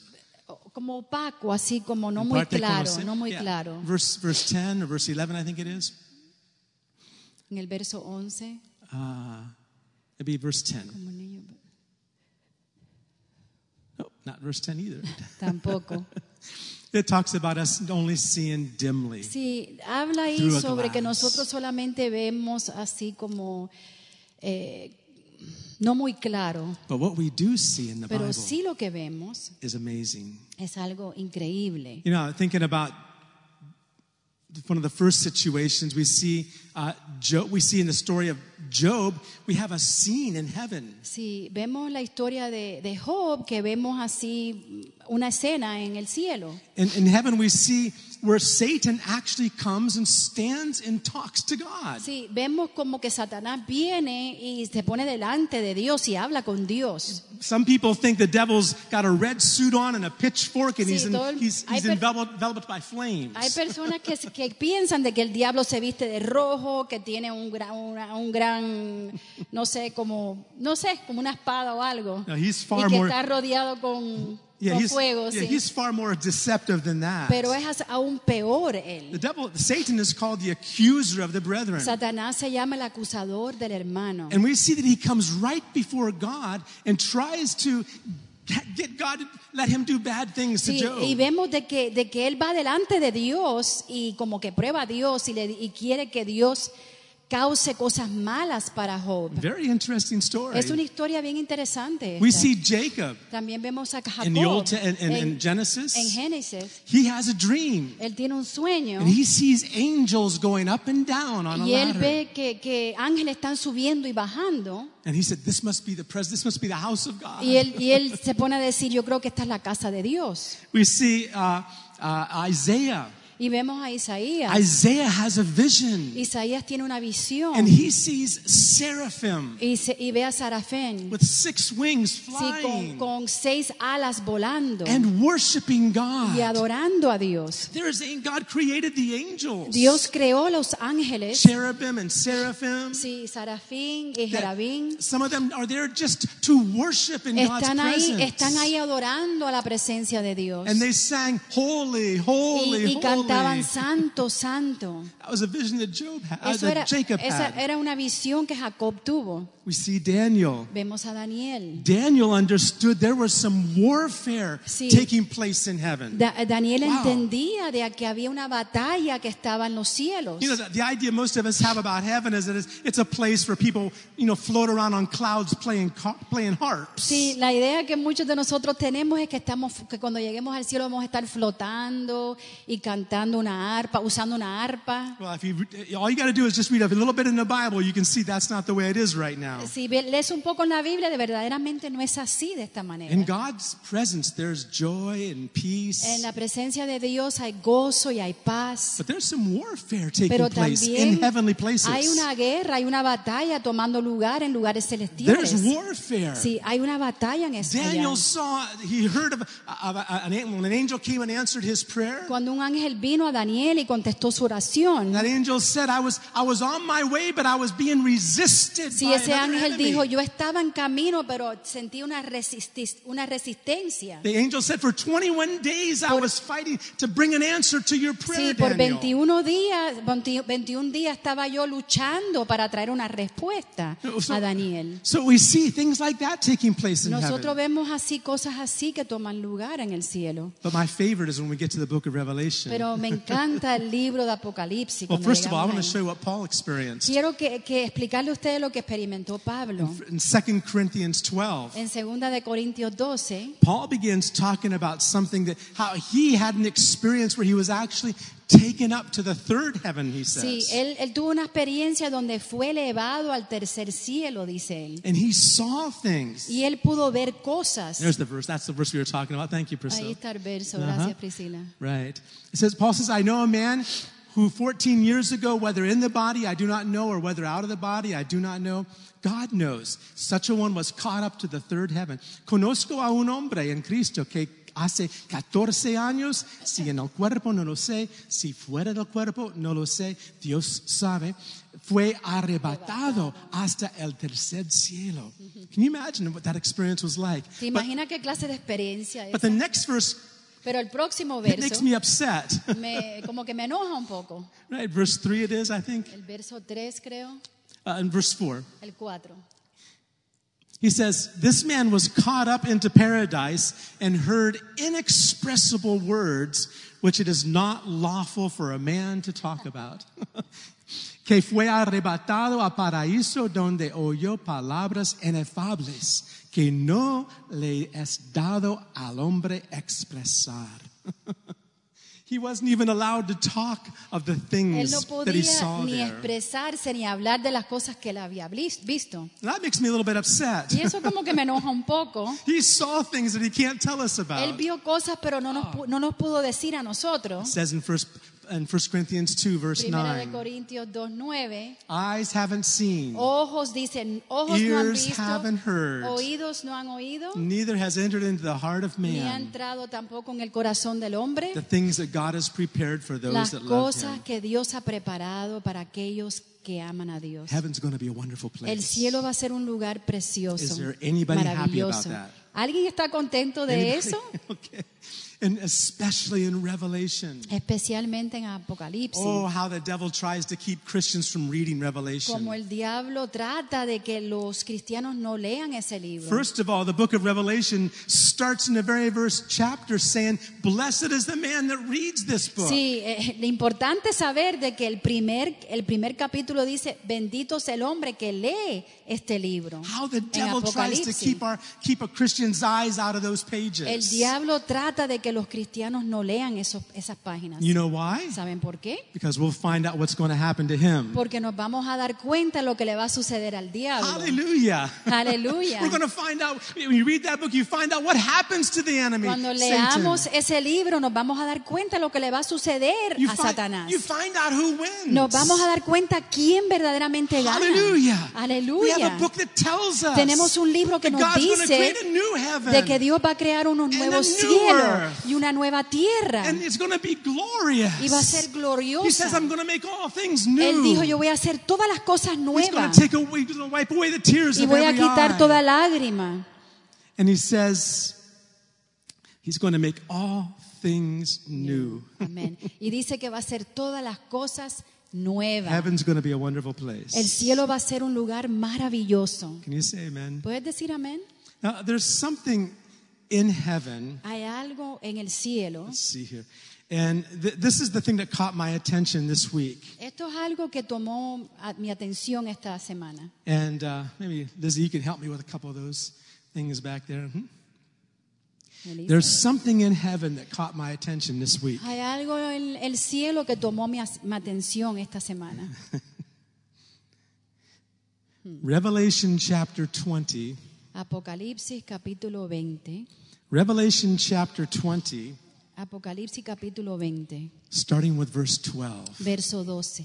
como opaco, así como no
en
muy
parte
claro,
conocemos.
no muy
Yeah.
claro.
Verse, verse 10 or verse 11, I think it is.
En el verso 11.
It'd be verse 10. No, not verse 10 either.
Tampoco.
It talks about us only seeing dimly.
Sí, habla ahí
Through a
sobre que
glass.
nosotros solamente vemos así como eh, no muy claro,
But what we do see in the
pero
Bible
sí lo que vemos
is amazing.
es algo increíble.
You know, thinking about one of the first situations we see, uh, Job, we see in the story of Job, we have a scene in heaven.
Sí, vemos la historia de, de Job, que vemos así una escena en el cielo.
In, in heaven, we see where Satan actually comes and stands and talks to God.
Sí, vemos como que Satanás viene y se pone delante de Dios y habla con Dios.
Some people think the devil's got a red suit on and a pitchfork and
Sí,
he's, in,
todo el-
he's,
hay
he's
per-
enveloped, enveloped by flames.
Hay personas que, que piensan de que el diablo se viste de rojo, que tiene un gran, una- un gran, no sé, como, no sé, como una espada o algo.
No, he's
y
far
que
more-
está rodeado con,
yeah,
con
he's,
fuego,
yeah,
sí.
he's far more deceptive than that.
Pero es as- aún peor
the
él.
devil, Satan is called the accuser of the brethren.
Satanás se llama el acusador del hermano.
And we see that he comes right before God and tries to get God to let him do bad things to
Sí,
Job.
y vemos de que, de que él va delante de Dios y como que prueba a Dios y, le, y quiere que Dios cause cosas malas para Job.
Very interesting story.
Es una historia bien interesante.
We
esta.
see Jacob
También vemos a Jacob
in the Old Te- in, in,
en,
in Genesis.
en Génesis.
he has a dream
Él tiene un sueño
and he sees angels going up and down on a
y él
ladder.
ve que, que ángeles están subiendo y bajando
And he said, "This must be the pres. This must be the house of God."
y él, y él se pone a decir, yo creo que esta es la casa de Dios.
We see uh, uh, Isaiah.
Y vemos a Isaías.
Isaiah has a vision,
Isaías tiene una visión
and he sees seraphim
y, se- y ve a Sarafén
with six wings
sí, con,
flying
con seis alas volando
and worshiping
y
God.
adorando a Dios.
There is God created the angels,
Dios creó los ángeles,
cherubim and seraphim.
sí, Sarafín
that-
y Jerabín.
some of them are there just to worship in God's
Están ahí,
presence.
están ahí adorando a la presencia de Dios.
And they sang, "Holy, holy,
y, y
holy."
cantaban santo, santo.
That was a vision that Job had, uh,
Eso
that
era,
Jacob
esa
had.
era una visión que Jacob tuvo.
We see Daniel.
Vemos a Daniel.
Daniel understood there was some warfare
Sí.
taking place in heaven.
Da- Daniel
Wow.
entendía de que había una batalla que estaba en los cielos.
you know, the, the idea most of us have about heaven is that it's, it's a place where people, you know, float around on clouds playing, ca- playing harps.
Sí, la idea que muchos de nosotros tenemos es que estamos que cuando lleguemos al cielo vamos a estar flotando y cantando una arpa, usando una arpa.
Well, if you, re- all you got to do is just read a little bit in the Bible, you can see that's not the way it is right now.
Si ve- lees un poco en la Biblia, de verdaderamente no es así de esta
In
manera.
God's presence, there's joy and
En
peace.
la presencia de Dios hay gozo y hay paz.
But there's some warfare taking
Pero
place in
también
heavenly places.
hay una guerra, hay una batalla tomando lugar en lugares
there's
celestiales.
warfare.
Sí, hay una batalla en esa.
Daniel saw, he heard of, of an, an- when an angel came and answered his prayer.
Cuando un ángel vino a Daniel y contestó su oración,
That angel said, I was, I was on my way, but I was being resisted
si
by
ese
another
ángel
enemy."
dijo, yo estaba en camino, pero sentí una, resistis- una resistencia.
The angel said, for 21 days I was fighting to bring an answer to your prayer,
Sí, por
Daniel."
21 días, 20 21 días estaba yo luchando para traer una respuesta
So-
a Daniel.
So we see things like that taking place in
Nosotros
heaven.
vemos así cosas así que toman lugar en el cielo.
But my favorite is when we get to the book of Revelation.
Pero me encanta el libro de Apocalipsis.
well,
cuando
first of all, I want
llegamos
to
ahí.
show you what Paul experienced.
Quiero que, que explicarle a ustedes lo que experimentó Pablo.
In 2 Corinthians 12,
En 2 de Corintios 12,
Paul begins talking about something that how he had an experience where he was actually taken up to the third heaven, he
Sí,
says.
él, él tuvo una experiencia donde fue elevado al tercer cielo, dice él.
And he saw things.
Y él pudo ver cosas.
There's the verse. That's the verse we were talking about. Thank you,
Ahí
Priscilla.
está el verso,
Ajá.
gracias Priscila.
Right. It says, Paul says, I know a man who 14 years ago, whether in the body, I do not know, or whether out of the body, I do not know. God knows. Such a one was caught up to the third heaven. Conozco a un hombre en Cristo que hace 14 años, si en el cuerpo no lo sé, si fuera del cuerpo no lo sé, Dios sabe, fue arrebatado hasta el tercer cielo. Can you imagine what that experience was like?
¿Te
But,
imaginas qué clase de experiencia es?
but the next verse,
Pero el próximo
it
verso
makes me upset.
me, como que me enoja un poco.
Right, verse 3 it is, I think,
El verso 3 creo,
uh, and verse 4.
el 4.
He says, This man was caught up into paradise and heard inexpressible words which it is not lawful for a man to talk about. que fue arrebatado a paraíso donde oyó palabras inefables que no le es dado al hombre expresar. he wasn't even allowed to talk of the
Él
things
no
that he
podía
saw
ni
there.
expresarse ni hablar de las cosas que él había blis- visto.
And that makes me a little bit upset.
Y eso como que me enoja un poco.
He saw things that he can't tell us
Él
about. It
vio cosas, pero no
Ah.
nos, pu- no nos pudo decir a nosotros.
says in first in First Corinthians two verse
Primera de
nine.
Corintios Oh. 2.9.
Eyes haven't seen,
Ojos dicen, ojos no han
ears haven't
visto,
heard,
oídos no han oído,
neither has entered into the heart of
ni ha
man
entrado tampoco en el corazón del hombre
the things that God has prepared for those
las
that love Him.
cosas que Dios ha preparado para aquellos que aman a Dios.
Heaven's going to be a wonderful
El
place.
cielo va a ser un lugar
Is
precioso,
there anybody happy
maravilloso.
about that?
¿Alguien está contento de
Anybody?
eso?
okay, and especially in Revelation.
Especialmente en Apocalipsis.
Oh, how the devil tries to keep Christians from reading Revelation.
Como el diablo trata de que los cristianos no lean ese libro.
First of all, the book of Revelation starts in the very first chapter saying, Blessed is the man that reads this book.
Sí, eh, lo importante es saber de que el primer, el primer capítulo dice, bendito es el hombre que lee este libro.
How the devil
En
tries to
Apocalipsis.
keep, our, keep a Christian's eyes out of those pages.
El diablo trata de que los cristianos no lean esos, esas páginas.
You know why?
¿Saben por qué?
Because we'll find out what's going to happen to him.
Porque nos vamos a dar cuenta lo que le va a suceder al diablo.
Hallelujah.
Hallelujah.
We're going to find out. When you read that book, you find out what happens to the enemy.
Cuando
Satan.
leamos ese libro nos vamos a dar cuenta lo que le va a suceder
you
a
find,
Satanás.
you find out who wins.
Nos vamos a dar cuenta quién verdaderamente gana.
Hallelujah. We have
Aleluya.
a book that tells us
Tenemos un libro que
that
nos
God's going to
dice
create a new heaven.
de que Dios va a crear unos
And a
nuevos
new
cielos
earth.
y una nueva tierra
And it's going to be glorious.
y va a ser
He says,
gloriosa.
I'm going to make all things new.
Él dijo, yo voy a hacer todas las cosas
He's going
nuevas
to take away, he's going to wipe away the tears
y
of
voy a
every
quitar
eye.
toda lágrima.
And he says, he's going to make all things new.
Amén. Y dice que va a hacer todas las cosas nuevas.
Heaven's going to be a wonderful place.
El cielo va a ser un lugar maravilloso.
Can you say amen?
¿Puedes decir amén?
Now, there's something in heaven.
Hay algo en el cielo.
Let's see here. And th- this is the thing that caught my attention this week.
Esto es algo que tomó a- mi atención esta semana.
And uh, maybe, Lizzie, you can help me with a couple of those things back there. Mhm.
Melissa.
There's something in heaven that caught my attention this week.
Hay algo en el cielo que tomó mi, as- mi atención esta semana.
Revelation chapter 20.
Apocalipsis capítulo 20.
Revelation chapter 20,
Apocalipsis capítulo 20,
starting with verse 12.
verso 12.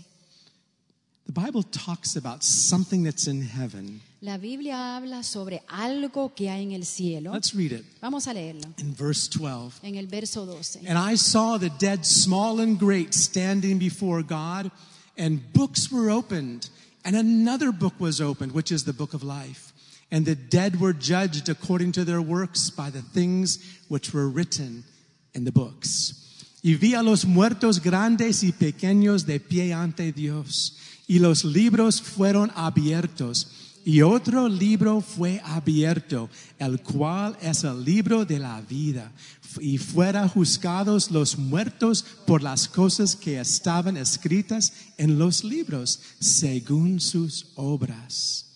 The Bible talks about something that's in heaven.
La Biblia habla sobre algo que hay en el cielo.
Let's read it
Vamos a leerlo
in verse 12.
en el verso 12.
And I saw the dead, small and great, standing before God, and books were opened, and another book was opened, which is the book of life. And the dead were judged according to their works by the things which were written in the books. Y vi a los muertos grandes y pequeños de pie ante Dios, y los libros fueron abiertos. Y otro libro fue abierto, el cual es el libro de la vida. Y fuera juzgados los muertos por las cosas que estaban escritas en los libros, según sus obras.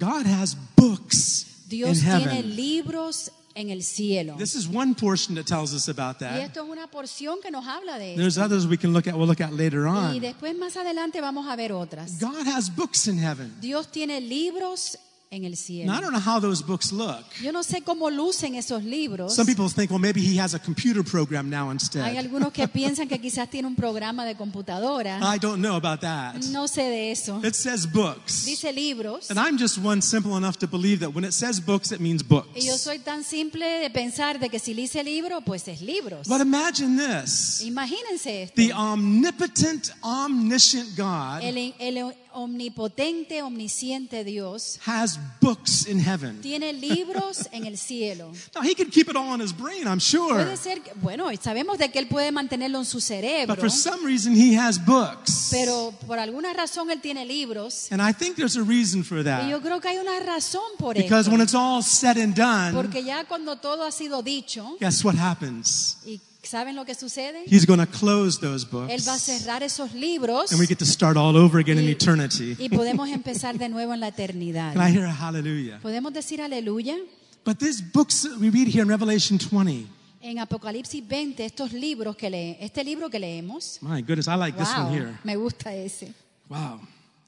God has books
Dios
in
tiene
heaven.
libros en el cielo.
This is one portion that tells us about
Y
that.
esto es una porción que nos habla de eso.
There's others we can look at, we'll look at later
Y
on.
después más adelante vamos a ver otras.
God has books in heaven.
Dios tiene libros en el cielo.
Now, I don't know how those books look.
Yo no sé cómo lucen esos libros.
Some people think, well, maybe he has a computer program now
Hay
instead.
algunos que piensan que quizás tiene un programa de computadora.
I don't know about that.
No sé de eso.
It says books.
Dice libros.
And I'm just one simple enough to believe that when it says books, it means books.
Y yo soy tan simple de pensar de que si dice libro, pues es libros.
But imagine this
Imagínense esto.
the omnipotent, omniscient God
El, el omnipotente, omnisciente Dios
has books in heaven.
tiene libros en el cielo.
Now, he could keep it all in his brain, I'm sure.
Puede ser, que- bueno, sabemos de que él puede mantenerlo en su
But
cerebro,
for some reason, he has books.
pero por alguna razón él tiene libros.
And I think there's a reason for
Y yo
that.
creo que hay una razón por
Because
eso.
when it's all said and done,
Porque ya cuando todo ha sido dicho,
guess what happens?
¿y saben lo que sucede?
He's going to close those
Él va a
books.
cerrar esos libros
And we get to start all over again in
Y-
eternity.
y podemos empezar de nuevo en la eternidad.
Can I hear a hallelujah?
Podemos decir aleluya.
But these books that we read here in Revelation 20,
En Apocalipsis 20, estos libros que lee, este libro que leemos,
my goodness, I like this one
wow,
here.
me gusta ese.
Wow.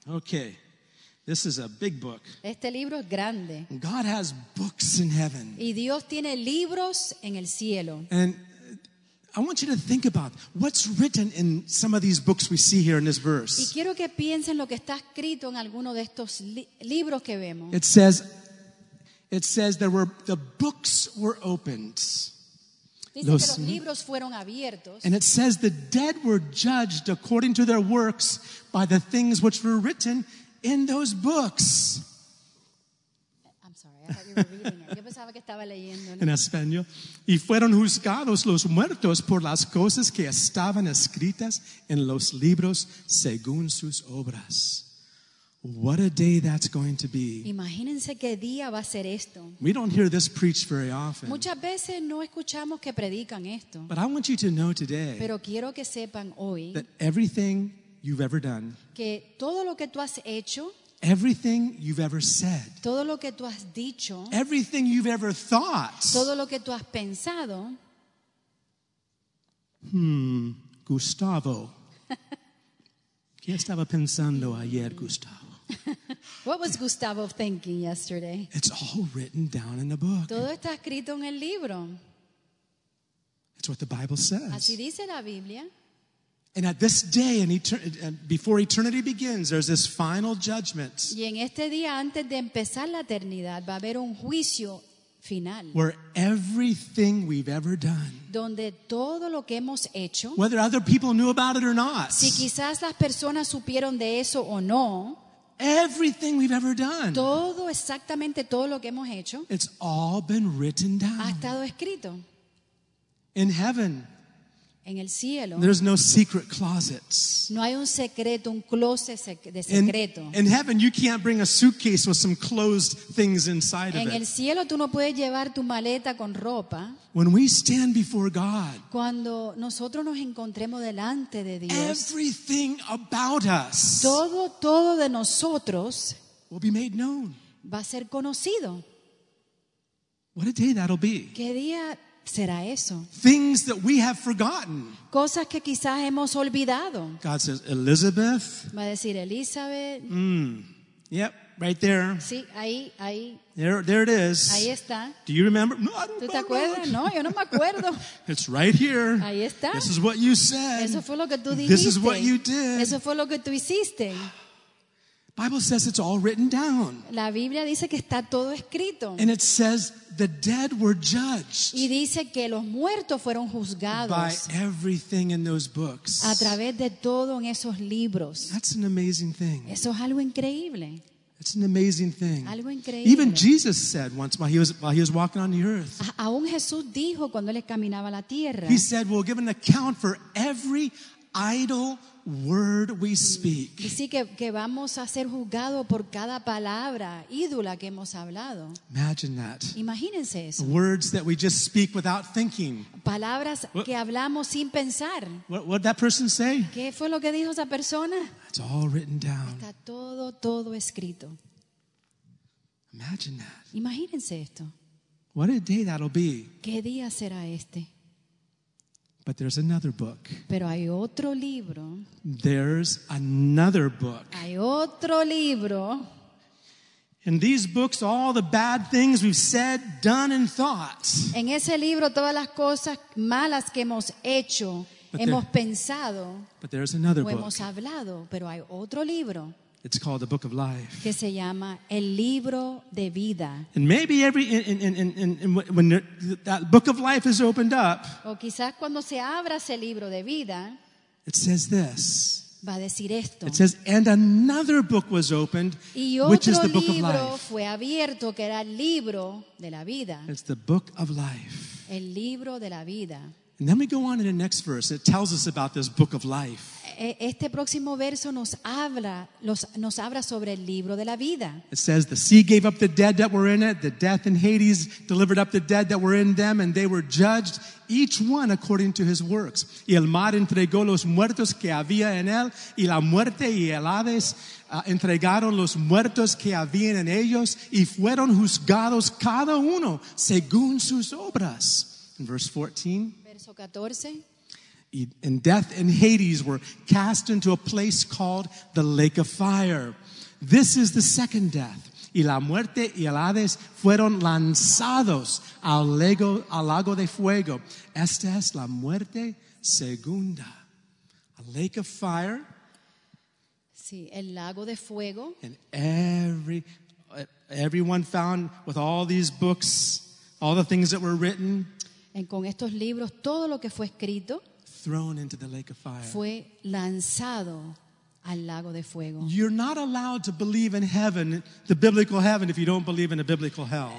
Okay. This is a big book.
Este libro es grande.
God has books in heaven.
Y Dios tiene libros en el cielo.
And I want you to think about what's written in some of these books we see here in this
Y
verse.
quiero que piensen lo que está escrito en alguno de estos li- libros que vemos.
It says, it says there were the books were opened.
Dice
los-
que los libros fueron abiertos.
And it says the dead were judged according to their works by the things which were written in those books.
I'm sorry, I thought you were reading it. Yo pensaba que estaba leyendo.
En español. Y fueron juzgados los muertos por las cosas que estaban escritas en los libros según sus obras. What a day that's going to be.
Imagínense qué día va a ser esto.
We don't hear this preached very often.
Muchas veces no escuchamos que predican esto,
But I want you to know today
pero quiero que sepan hoy
that everything you've ever done,
que todo lo que tú has hecho,
everything you've ever said,
todo lo que tú has dicho,
everything you've ever thought,
todo lo que tú has pensado,
Gustavo. ¿Qué estaba pensando ayer, Gustavo?
what was Gustavo thinking yesterday?
It's all written down in the book.
Todo está escrito en el libro.
It's what the Bible
Así
says.
dice la Biblia.
And at this day, in eter- uh, before eternity begins, there's this final judgment
Y en este día, antes de empezar la eternidad, va a haber un juicio final,
where everything we've ever done,
donde todo lo que hemos hecho,
whether other people knew about it or not,
si quizás las personas supieron de eso o no,
everything we've ever done,
todo exactamente todo lo que hemos hecho
it's all been written
ha
down
estado escrito
in heaven.
en el cielo.
There's no secret closets.
No hay un secreto, un closet sec- de
In,
secreto.
in heaven, you can't bring a suitcase with some closed things inside of
En el
it.
cielo tú no puedes llevar tu maleta con ropa.
When we stand before God,
Cuando nosotros nos encontremos delante de Dios,
everything about us
todo, todo de nosotros
will be made known.
va a ser conocido.
What a day that'll be.
¿Qué día será eso?
Things that we have forgotten.
Cosas que quizás hemos olvidado.
God says, Elizabeth,
Va a decir Elizabeth,
Mm. yep, right there.
sí, ahí, ahí,
There, there it
ahí
is.
está.
Do you remember? Oh, No, I don't
¿Tú te
remember.
acuerdas? No, yo no me acuerdo.
It's right here.
Ahí está.
This is what you said.
Eso fue lo que tú dijiste.
This is what you did.
Eso fue lo que tú hiciste.
Bible says it's all written down.
La Biblia dice que está todo escrito.
And it says the dead were judged.
Y dice que los muertos fueron
by
juzgados
everything in those books.
a través de todo en esos libros.
That's an amazing thing.
Eso es algo increíble.
That's an amazing thing.
Algo increíble.
Even Jesus said once while he was while he was walking on the earth.
A- aún Jesús dijo cuando él caminaba la tierra.
He said, "We'll give an account for every idle word we speak."
Dice que, que vamos a ser juzgados por cada palabra ídula que hemos hablado.
Imagine that.
Imagínense eso.
Words that we just speak without thinking.
Palabras
What-
que hablamos sin pensar.
What what did that person say?
¿Qué fue lo que dijo esa persona?
It's all written down.
Está todo, todo escrito.
Imagine that.
Imagínense esto.
What a day that'll be.
¿Qué día será este?
But there's another book.
Pero hay otro libro,
There's another book.
hay otro libro.
In these books, all the bad things we've said, done, and thought.
En ese libro todas las cosas malas que hemos hecho,
But
hemos
there-
pensado
But there's another
o
book.
hemos hablado, pero hay otro libro
It's called the Book of Life.
que se llama El libro de vida.
And maybe every and, and, and, and, and when there- that Book of Life is opened up,
O quizás cuando se abra ese libro de vida,
it says this.
va a decir esto.
It says, and another book was opened,
Y
which is
otro
the book of
libro
life.
fue abierto que era el libro de la vida,
It's the book of life.
el libro de la vida.
And then we go on in the next verse. It tells us about this book of life.
E- Este próximo verso nos habla, los- nos habla sobre el libro de la vida.
It says, the sea gave up the dead that were in it. The death and Hades delivered up the dead that were in them, and they were judged, each one according to his works. Y el mar entregó los muertos que había en él, y la muerte y el Hades ah, entregaron los muertos que habían en ellos, y fueron juzgados cada uno según sus obras. In verse 14,
Verso 14.
and death and Hades were cast into a place called the lake of fire. This is the second death. Y la muerte y el Hades fueron lanzados al lago, al lago de fuego. Esta es la muerte segunda. A lake of fire
Sí, el lago de fuego.
and every, everyone found with all these books, all the things that were written,
En- con estos libros, todo lo que fue escrito
thrown into the lake of fire.
fue lanzado al lago de fuego.
You're not allowed to believe in heaven, the biblical heaven, if you don't believe in a biblical hell.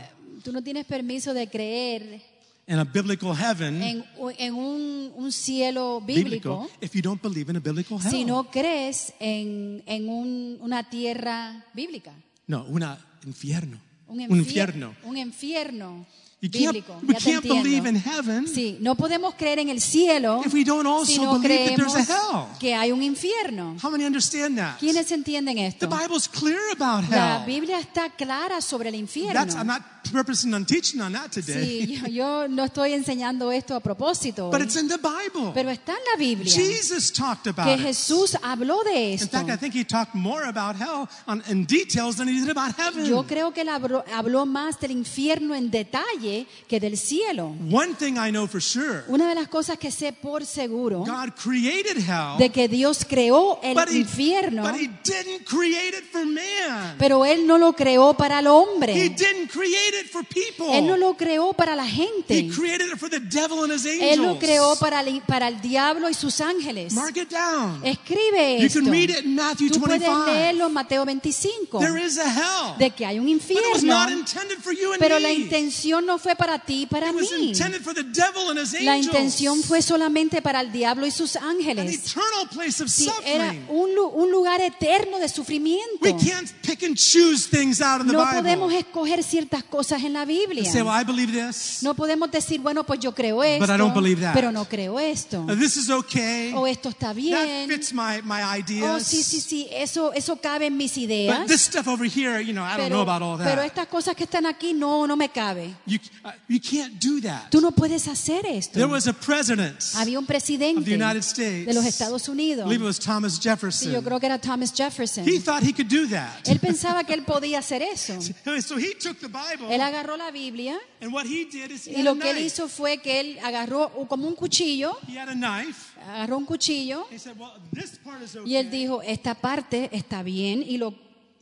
Tú no tienes permiso de creer
And a biblical heaven,
en, en un, un cielo
biblical,
bíblico
if you don't believe in a biblical
si
hell.
no crees en, en un- una tierra bíblica.
No, una infierno.
Un,
Un
enfier-
infierno.
un infierno
You can't-
bíblico.
we
Ya te
can't believe
entiendo.
in heaven
Sí, no podemos creer en el cielo
if we don't also
si no
believe that
creemos
there's a hell.
que hay un infierno.
How many understand that?
¿Quiénes entienden
The
esto?
Bible's clear about
La
hell.
Biblia está clara sobre el
That's, I'm
infierno.
not purposing on teaching on that today,
Sí, yo, yo no estoy enseñando esto a propósito,
but
hoy,
it's in the Bible.
pero está en la Biblia
Jesus talked
que
about it.
Jesús habló de
In
esto.
fact, I think he talked more about hell on, in details than he did about heaven.
Yo creo que él habló, habló más del infierno en detalle que del cielo.
One thing I know for sure
Una de las cosas que sé por seguro
God created hell,
de que Dios creó el
but, he,
infierno,
but He didn't create it for man.
pero él no lo creó para el
he
hombre.
didn't create it for people.
Eh. Él no lo creó para la gente.
he created it for the devil and his angels.
Él lo creó para el, para el diablo y sus ángeles.
Mark it
Eh,
down.
Escribe
You
esto.
can read it in Matthew
Tú puedes
25.
leerlo en Mateo 25
There is a hell,
de que hay un
but it was not
infierno,
intended for you and
pero la
me.
intención no fue para ti y para
it was
mí.
intended for the devil and his
La
angels.
intención fue solamente para el diablo y sus
an
ángeles.
eternal place of
Sí, era
suffering.
un, lu- un lugar eterno de sufrimiento.
We can't pick and choose things out of the
No
Bible.
podemos escoger ciertas cosas en la
and
Biblia.
say, well, I believe this.
No podemos decir, bueno, pues yo creo
But I
esto,
don't believe that.
pero no creo esto.
Uh, This is okay.
O esto está
That
bien.
fits
fits my, my ideas.
Oh, sí, sí, sí, eso, eso cabe en mis
But
ideas.
this stuff over here, you know, I don't know
Pero,
about all that.
pero estas cosas que están aquí no, no me cabe.
you, uh, you can't do that.
Tú no puedes hacer
There
esto.
was a president.
Había un
of the
presidente
United States.
de los Estados
I believe it
Unidos.
was Thomas
Sí,
Jefferson.
yo creo que Eh, era Thomas Jefferson.
He thought he could do that.
Él pensaba que él podía hacer eso.
so he took the Bible,
Él agarró la Biblia
and what he did is he
y
had,
lo
a
que él
knife.
hizo fue que él agarró como un cuchillo,
he had a knife.
agarró un cuchillo
He said, well, this part is okay.
y él dijo, esta parte está bien, y lo,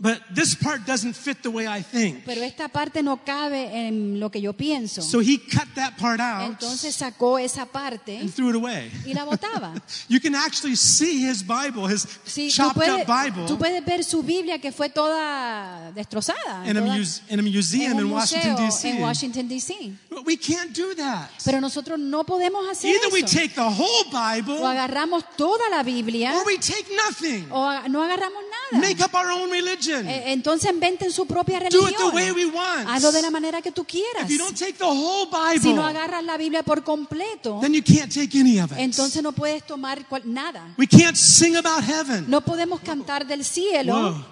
but this part doesn't fit the way I think.
pero esta parte no cabe en lo que yo pienso.
So he cut that part out
Entonces sacó esa parte
and threw it away.
y la botaba.
You can actually see his Bible, his
Sí, tú
chopped
puedes,
up Bible,
tú puedes ver su Biblia que fue toda destrozada
in a,
toda-
muse- in a museum
en un
in Washington,
museo
D.C.
en Washington D.C.
But we can't do that.
Pero nosotros no podemos hacer
Either we
eso.
take the whole
O
Bible
agarramos toda la Biblia
or we take nothing.
o a- no agarramos nada.
Make up our own religion.
Oh, Eh, Entonces inventen su propia
Do it the way
religión.
we want.
Hazlo de la manera que tú quieras.
If you don't take the whole
Si no
Bible,
agarras la Biblia por completo,
then you can't take any of it.
entonces no puedes tomar cual- nada.
We can't sing about heaven.
No Eh, podemos cantar del cielo.
Whoa.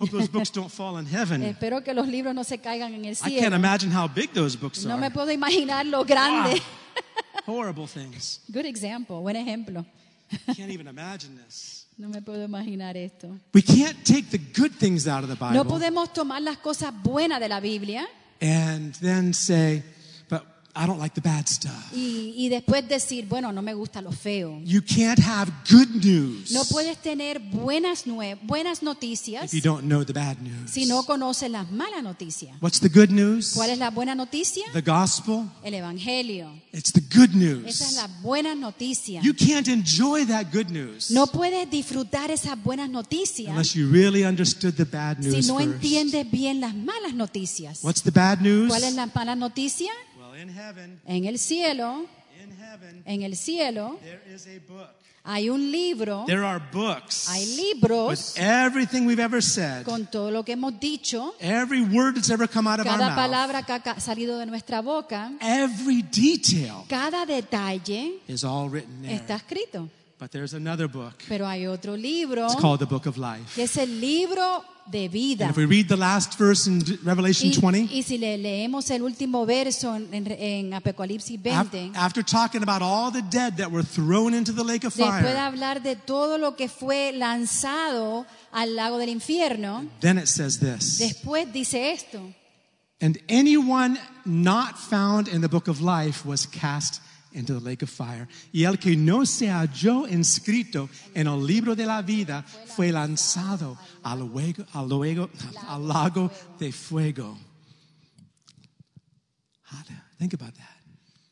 Hope those books don't fall in heaven.
Espero que los libros no se caigan en el
I can't
cielo.
imagine how big those books
eh. No
are.
me puedo imaginar lo grande.
Horrible things.
Good example, buen ejemplo.
Can't even imagine this.
No me puedo imaginar esto.
We can't take the good things out of the
No
Bible
podemos tomar las cosas buenas de la Biblia
and then say, but I don't like the bad stuff.
y, y después decir, bueno, no me gusta lo feo.
You can't have good news
No puedes tener buenas, nue- buenas noticias
if you don't know the bad news.
si no conoces las malas noticias.
What's the good news?
¿Cuál es la buena noticia?
The gospel.
El Evangelio.
It's the good
Esa
news.
es la buena noticia.
You can't enjoy that good news
No puedes disfrutar esas buenas noticias
unless you really understood the bad
si
news
no
first.
entiendes bien las malas noticias.
What's the bad news?
¿Cuál es la mala noticia?
Well, in heaven,
En el cielo,
in heaven,
en el cielo
there is a book.
hay un libro,
There are books
hay
with
libros
everything we've ever said,
con todo lo que hemos dicho,
every word that's ever come out of our
cada
mouth,
palabra que ha ca- salido de nuestra boca,
every detail
cada detalle
is all written there.
está escrito.
But there's another book.
Pero hay otro libro
It's called the Book of Life.
que es el libro de
And
vida.
if we read the last verse in D- Revelation
Y,
20,
y si le leemos el último verso en, en- en Apocalipsis
af-
20,
after talking about all the dead that were thrown into the lake of
después de
fire,
hablar de todo lo que fue lanzado al lago del infierno,
then it says this
después dice esto.
And anyone not found in the Book of Life was cast into the lake of fire. Y el que no se halló inscrito en el libro de la vida fue lanzado al, huego- al, huego- al lago de fuego. Hallelujah. Think about that.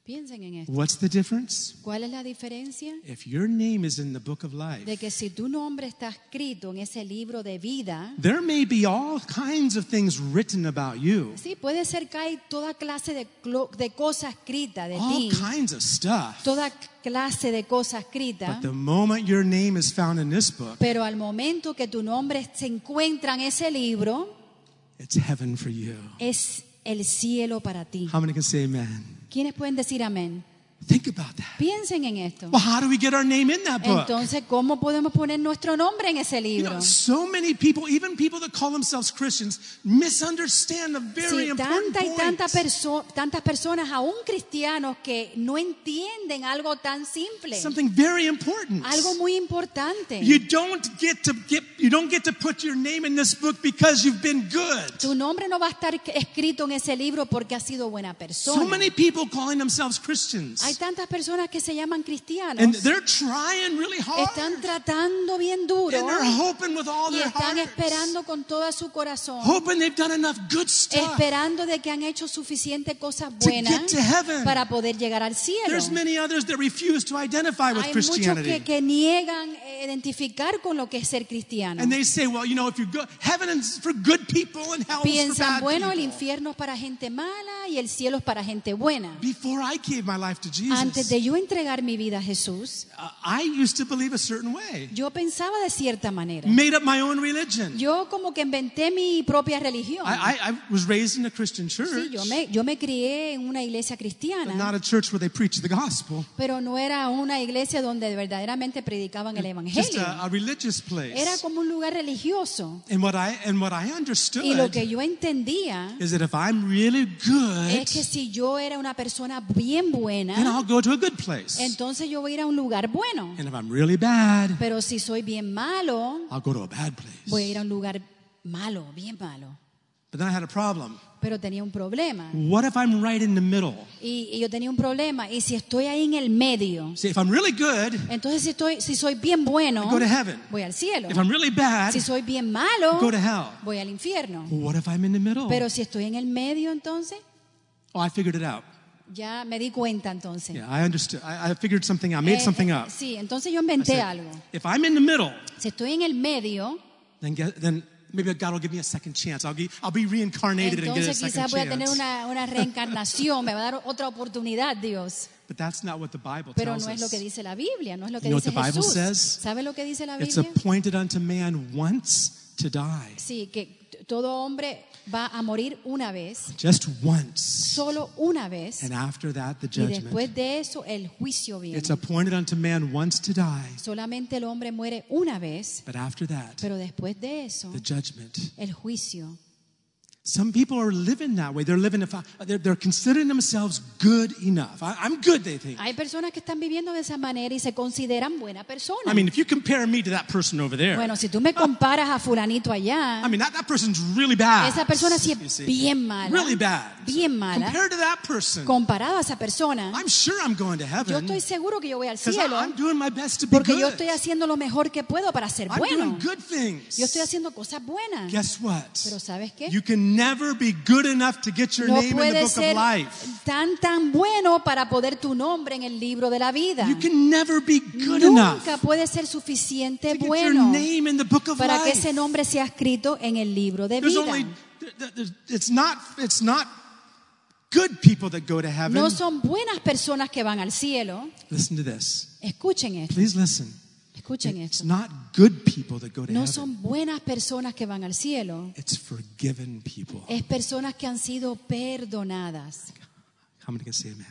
Piensen en esto.
What's the difference?
¿Cuál es la diferencia?
If your name is in the book of life,
De que si tu nombre está escrito en ese libro de vida,
there may be all kinds of things written about you,
sí, puede ser que hay toda clase de, clo- de cosas escritas de
all
ti,
kinds of stuff.
toda clase de cosas escritas,
But the moment your name is found in this book,
pero al momento que tu nombre se encuentra en ese libro,
it's heaven for you.
es el cielo para ti.
How many can say amen?
¿Quiénes pueden decir amén?
Think about that.
Piensen en esto.
Well, how do we get our name in that book?
Entonces, ¿cómo podemos poner nuestro nombre en ese
you
libro?
know, so many people, even people that call themselves Christians, misunderstand a very
Si
important
tanta y
point.
tanta perso- tantas personas, aún cristianos, que no entienden algo tan simple,
Something very important.
algo muy importante.
You don't get to get you don't get to put your name in this book because you've been good.
Tu nombre no va a estar escrito en ese libro porque has sido buena
So
persona.
many people calling themselves
Hay
Christians
tantas personas que se llaman cristianos.
and they're trying really hard.
Están tratando bien
And
duro
they're hoping with all
y
their
están
hearts.
esperando con todo su corazón.
Hoping they've done enough good stuff.
esperando de que han hecho suficiente cosas
To get
buenas
to heaven.
para poder llegar al cielo.
There's many others that refuse to identify with
Hay muchos que,
Christianity.
que niegan eh, identificar con lo que es ser cristiano.
And they say, well, you know, if you go heaven is for good people and hell is for
Piensan,
bad
bueno, el
people.
infierno es para gente mala y el cielo es para gente buena.
Before I gave my life to Jesus,
Antes de yo entregar mi vida a Jesús,
uh, I used to believe a certain way.
yo pensaba de cierta manera.
Made up my own religion.
Yo como que inventé mi propia religión.
I, I, I was raised in a Christian church,
Sí, yo me, yo me crié en una iglesia
but not
cristiana,
a church where they preach the gospel.
pero no era una iglesia donde verdaderamente predicaban el
Just
evangelio.
a, a religious
Era
place.
como un lugar religioso.
And what I and what I understood
Y lo que yo entendía
is that if I'm really good,
es que si yo era una persona bien
then
buena,
I'll go to a good place.
entonces yo voy a ir a un lugar bueno.
And if I'm really bad,
Pero si soy bien malo,
I'll go to a bad
voy a
place.
ir a un lugar malo, bien malo.
But then I had a problem.
Pero tenía un problema.
What if I'm right in the middle?
Y, y yo tenía un problema. Y si estoy ahí en el medio,
See, if I'm really good,
entonces si, estoy, si soy bien bueno,
go to heaven.
voy al cielo.
If I'm really bad,
Si soy bien malo,
go to hell.
voy al infierno.
What if I'm in the middle?
Pero si estoy en el medio, entonces
Oh, I figured it out.
ya me di cuenta entonces.
Yeah, I understood. I, I figured something. out. I
Eh,
made something
eh,
up.
Sí, entonces yo
I
inventé
said,
algo.
if I'm in the middle,
Si estoy en el medio,
then get, then maybe God will give me a second chance. I'll be I'll be reincarnated and get a
entonces
second
quizás voy a tener
chance.
una, una reencarnación, me va a dar otra oportunidad Dios.
But that's not what the Bible
Pero
tells
no es lo
us.
que dice la Biblia, no es lo que
You know
dice
what the Bible
Jesús.
says?
¿Sabe lo que dice la
It's
Biblia?
appointed unto man once to die.
Sí, que t- todo hombre va a morir una vez,
just once.
solo una vez,
And after that, the
y
judgment.
después de eso el juicio viene.
It's appointed unto man once to die,
Solamente el hombre muere una vez,
but after that,
pero después de eso
the judgment.
el juicio.
Some people are living that way. They're living, if I- they're, they're considering themselves good enough. I, I'm good, they think.
Hay personas que están viviendo de esa manera y se consideran buena persona.
I mean, if you compare me to that person over there,
bueno, si tú me comparas a fulanito allá,
I mean, ah, that, that person's really bad.
esa persona sí
you
es
see.
bien mala.
Really bad.
Bien mala.
Compared to that person,
Comparado a esa persona,
I'm sure I'm going to
yo
heaven
estoy seguro que yo voy al
because
cielo
I'm doing my best to be
porque yo
good.
estoy haciendo lo mejor que puedo para ser
I'm doing
bueno.
good things.
Yo estoy haciendo cosas buenas.
Guess what?
Pero ¿sabes qué?
You can never be good enough to get your
No
name in the
puedes
book of
ser
life.
tan tan bueno para poder tu nombre en el libro de la vida.
You can never be good enough
Nunca
to
puedes ser suficiente
get your
bueno
name in the book of
para que
life.
ese nombre sea escrito en el libro de
There's
vida.
only there- there- there's- it's not it's not good people that go to heaven.
No son buenas personas que van al cielo.
Listen to this.
Escuchen esto,
Please listen.
escuchen
It's
esto.
not good people that go to
No
heaven.
son buenas personas que van al cielo.
It's forgiven people.
Es personas que han sido perdonadas.
How many can say amen?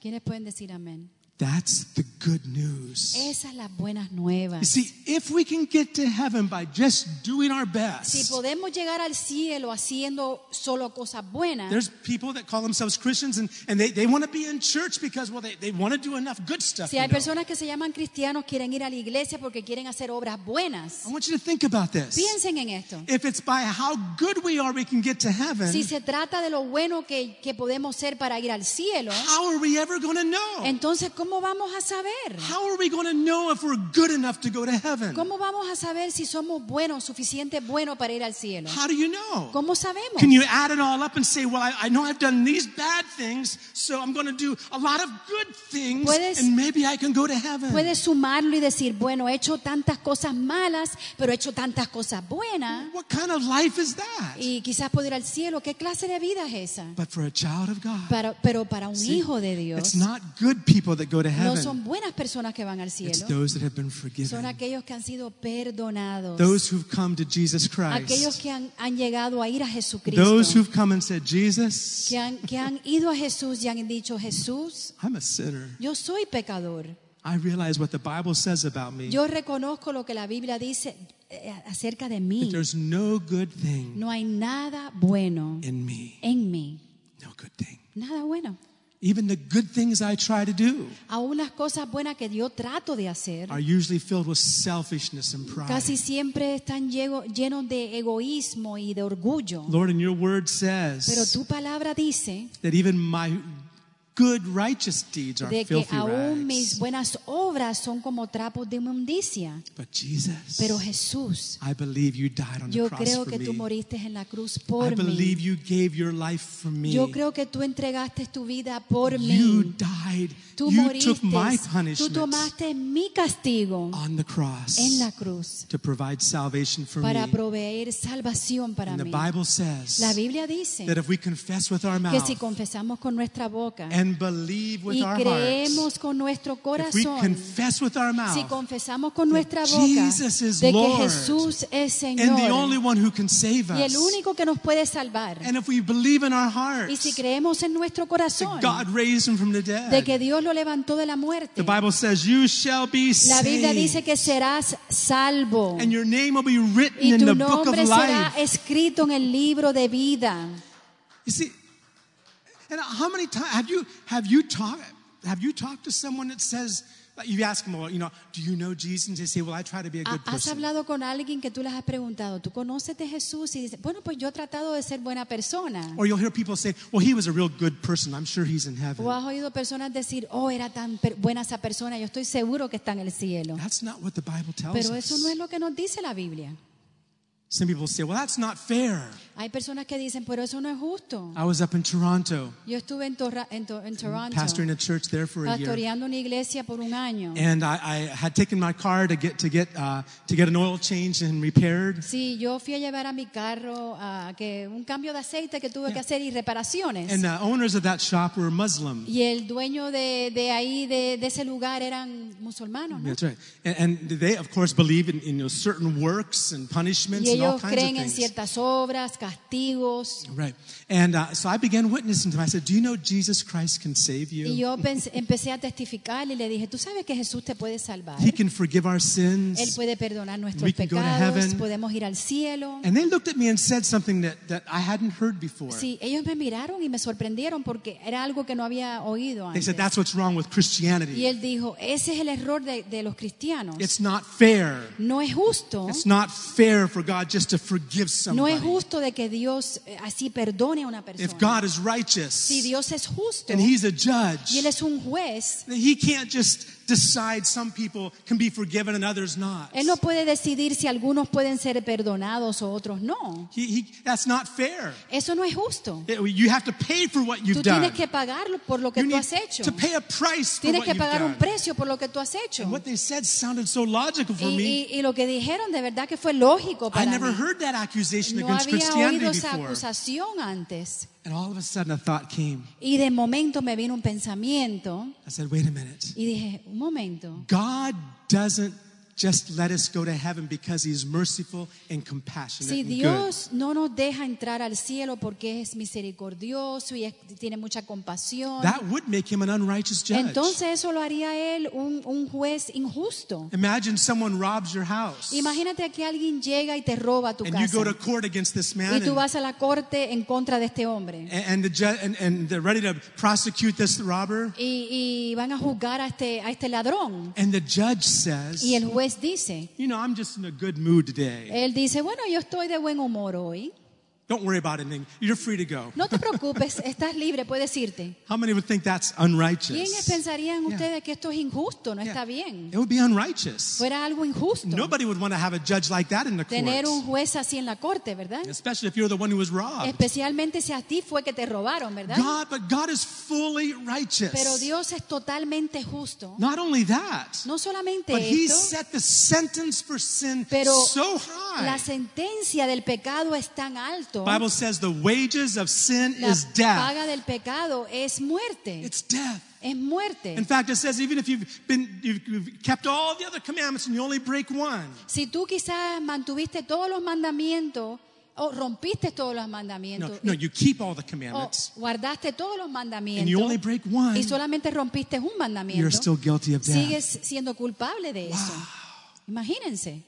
¿Quiénes pueden decir amén?
That's the good news.
Esas las buenas
You
nuevas.
see, if we can get to heaven by just doing our
Si
best,
podemos llegar al cielo haciendo solo cosas buenas,
there's people that call themselves Christians and, and they, they want to be in church because, well, they, they want to do enough good stuff.
Si
you
hay
know.
personas que se llaman cristianos, quieren ir a la iglesia porque quieren hacer obras buenas.
I want you to think about this.
Piensen en esto.
If it's by how good we are we can get to heaven,
Si se trata de lo bueno que, que podemos ser para ir al cielo,
how are we ever going to know?
entonces ¿cómo vamos a saber?
How are we going to know if we're good enough to go to heaven?
¿Cómo vamos a saber si somos buenos, suficiente buenos para ir al cielo?
How do you know?
¿Cómo sabemos?
Can you add it all up and say, well, I, I know I've done these bad things, so I'm going to do a lot of good things,
Puedes-
and maybe I can go to heaven.
Puedes sumarlo y decir, bueno, he hecho tantas cosas malas, pero he hecho tantas cosas buenas.
What kind of life is that?
Y quizás puedo ir al cielo. ¿Qué clase de vida es esa?
But for a child of God,
Para- pero para un
see,
hijo de Dios,
it's not good people that go to
no
heaven.
son buenas personas que van al
it's
cielo.
those that have been
son
forgiven,
aquellos que han sido perdonados,
those who've come to Jesus
aquellos
Christ,
que han, han llegado a ir a
those
Jesucristo,
who've come and said, Jesus,
que han, que han ido a Jesús y han dicho, Jesús,
I'm a sinner.
yo soy pecador,
I realize what the Bible says about me.
yo reconozco lo que la Biblia dice eh, acerca de
that
mí,
there's no good thing
no hay nada bueno
in me.
en mí,
No good thing.
nada bueno.
Even the good things I try to do
Aún las cosas buenas que yo trato de hacer
are usually filled with selfishness and pride.
casi siempre están llego- llenos de egoísmo y de orgullo.
Lord, and your word
Pero
says
tu palabra dice
that even my good righteous deeds are
de que
filthy
aún mis
rags.
buenas obras son como trapos de inmundicia.
But Jesus,
Pero Jesús,
I believe you died on
yo
the cross
creo
for
que tú
me.
moriste en la cruz
I
por
believe
mí.
you gave your life for me.
Yo creo que tú entregaste tu vida por
you
mí.
died.
Tú
you took my
moriste. Tú
punishment
tomaste mi castigo
on the cross
en la cruz
to provide salvation for
para
me.
proveer salvación para
and the
mí.
Bible says
La Biblia dice
that if we confess with our
que
mouth
si confesamos con nuestra boca
and believe with
y
our hearts,
creemos con nuestro
if we
corazón
confess with our mouth
Si confesamos con
that
nuestra boca
Jesus is
de que
Lord
Jesús es
and the only
Señor
one who can save us,
y el único que nos puede salvar,
and if we believe in our hearts
y si creemos en nuestro
that
corazón
God raised him from the dead,
de que Dios lo levantó de la muerte,
the Bible says you shall be
la
saved,
Biblia dice que serás salvo
and your name will be written
y
in
tu
the book of
nombre será
life.
escrito en el libro de vida.
You see, and how many times have you have you talked have you talked to someone that says like you ask them, well, you know, do you know Jesus? And they say, well, I try to be a good
Ha- ¿Has
person.
hablado con alguien que tú les has preguntado, tú conoces de Jesús? Y dice, bueno, pues yo he tratado de ser buena persona.
Or you'll hear people say, well, he was a real good person. I'm sure he's in heaven.
O has oído personas decir, oh, era tan per- buena esa persona, yo estoy seguro que está en el cielo.
That's not what the Bible tells
Pero
us.
eso no es lo que nos dice la Biblia.
Some people say, well, that's not fair.
Hay personas que dicen, pero eso no es justo.
I was up in Toronto,
Yo estuve en, Torra- en To- en Toronto
pastoring a church there for a year.
pastoreando una iglesia por un año.
And I, I had taken my car to get, to, get, uh, to get an oil change and repaired.
Sí, yo fui a llevar a mi carro a que un cambio de aceite que tuve que hacer y reparaciones.
And the owners of that shop were Muslim.
Y el dueño de, de ahí, de, de ese lugar, eran musulmanos. ¿no?
That's right. And, and they, of course, believe in, in you know, certain works and punishments
Y
and all
ellos
kinds of
creen en
things.
ciertas obras, castigos.
Right. And uh, so I began witnessing to them. I said, Do you know Jesus Christ can save
Y
you?
yo pens- empecé a testificar y le dije, tú sabes que Jesús te puede salvar.
He can forgive our
Él
sins.
puede perdonar nuestros
We can go to
pecados,
heaven.
podemos ir al cielo.
And they looked at me and said something that, that I hadn't heard before.
Sí, ellos me miraron y me sorprendieron porque era algo que no había oído
They
antes.
said, That's what's wrong with
Y
Christianity.
él dijo, ese es el error de, de los cristianos.
It's not fair.
No es justo.
It's not fair for God just to forgive
No es
somebody.
justo de que Dios eh, así perdone a una
If
persona.
God is righteous
Si Dios es justo
and
y
He's a judge,
Él es un juez,
He can't just decide some people can be forgiven and others not.
Él Eh, no puede decidir si algunos pueden ser perdonados o otros no.
He, he, that's not fair.
Eso no es justo.
It- you have to pay for what you've
Tú
done.
tienes que pagarlo por lo que
you
tú
need
has hecho.
to pay a price for
Tienes
what
que
you've
pagar un
done.
precio por lo que tú has hecho.
What they said sounded so logical
Y,
for me.
y- y lo que dijeron de verdad que fue lógico
I
para
never
mí.
heard that accusation
No
against
había
Christianity
oído esa
before.
acusación antes.
And all of a sudden a thought came.
Y de momento me vino un pensamiento
I said, wait a minute.
y dije, un momento.
God doesn't just let us go to heaven because he's merciful and compassionate
Si
and
Dios no nos deja entrar al cielo porque es misericordioso y es- tiene mucha compasión,
good. That would make him an unrighteous judge.
entonces eso lo haría él un, un juez injusto.
Imagine someone robs your house
Imagínate que alguien llega y te roba tu
and you go to
casa
court against this
y
man
tú
and,
vas a la corte en contra de este hombre
and the ju- and, and they're ready to prosecute this robber
y, y van a juzgar a este, a este ladrón.
and the judge says,
Y el Eh, juez dice,
you know, I'm just in a good mood today.
él dice, bueno, yo estoy de buen humor hoy.
Don't worry about anything. You're free to go.
No te preocupes, estás libre, puedes irte.
How many would think that's
¿Quiénes
unrighteous?
pensarían
Yeah.
ustedes que esto es injusto, no
Yeah.
está bien?
It would be unrighteous.
Fuera algo injusto.
Nobody would want to have a judge like that in the
tener un
court.
juez así en la corte, ¿verdad?
Especially if you're the one who was robbed.
Especialmente si a ti fue que te robaron, ¿verdad?
God, but God is fully
Pero
righteous.
Dios es totalmente justo.
Not only that,
No solamente
but He
esto,
set the sentence for sin
pero
so high.
la sentencia del pecado es tan alto.
Bible says the wages of sin
La
is death.
paga del pecado es muerte.
It's death.
Es muerte.
In fact, it says even if you've been you've, you've kept all the other commandments and you only break one,
Si tú quizás mantuviste todos los mandamientos o rompiste todos los
no,
mandamientos
no, you keep all the
o
commandments.
guardaste todos los
and you
mandamientos
only break one,
y solamente rompiste un
you're
mandamiento,
still guilty of
sigues
death.
siendo culpable de eso. Imagínense.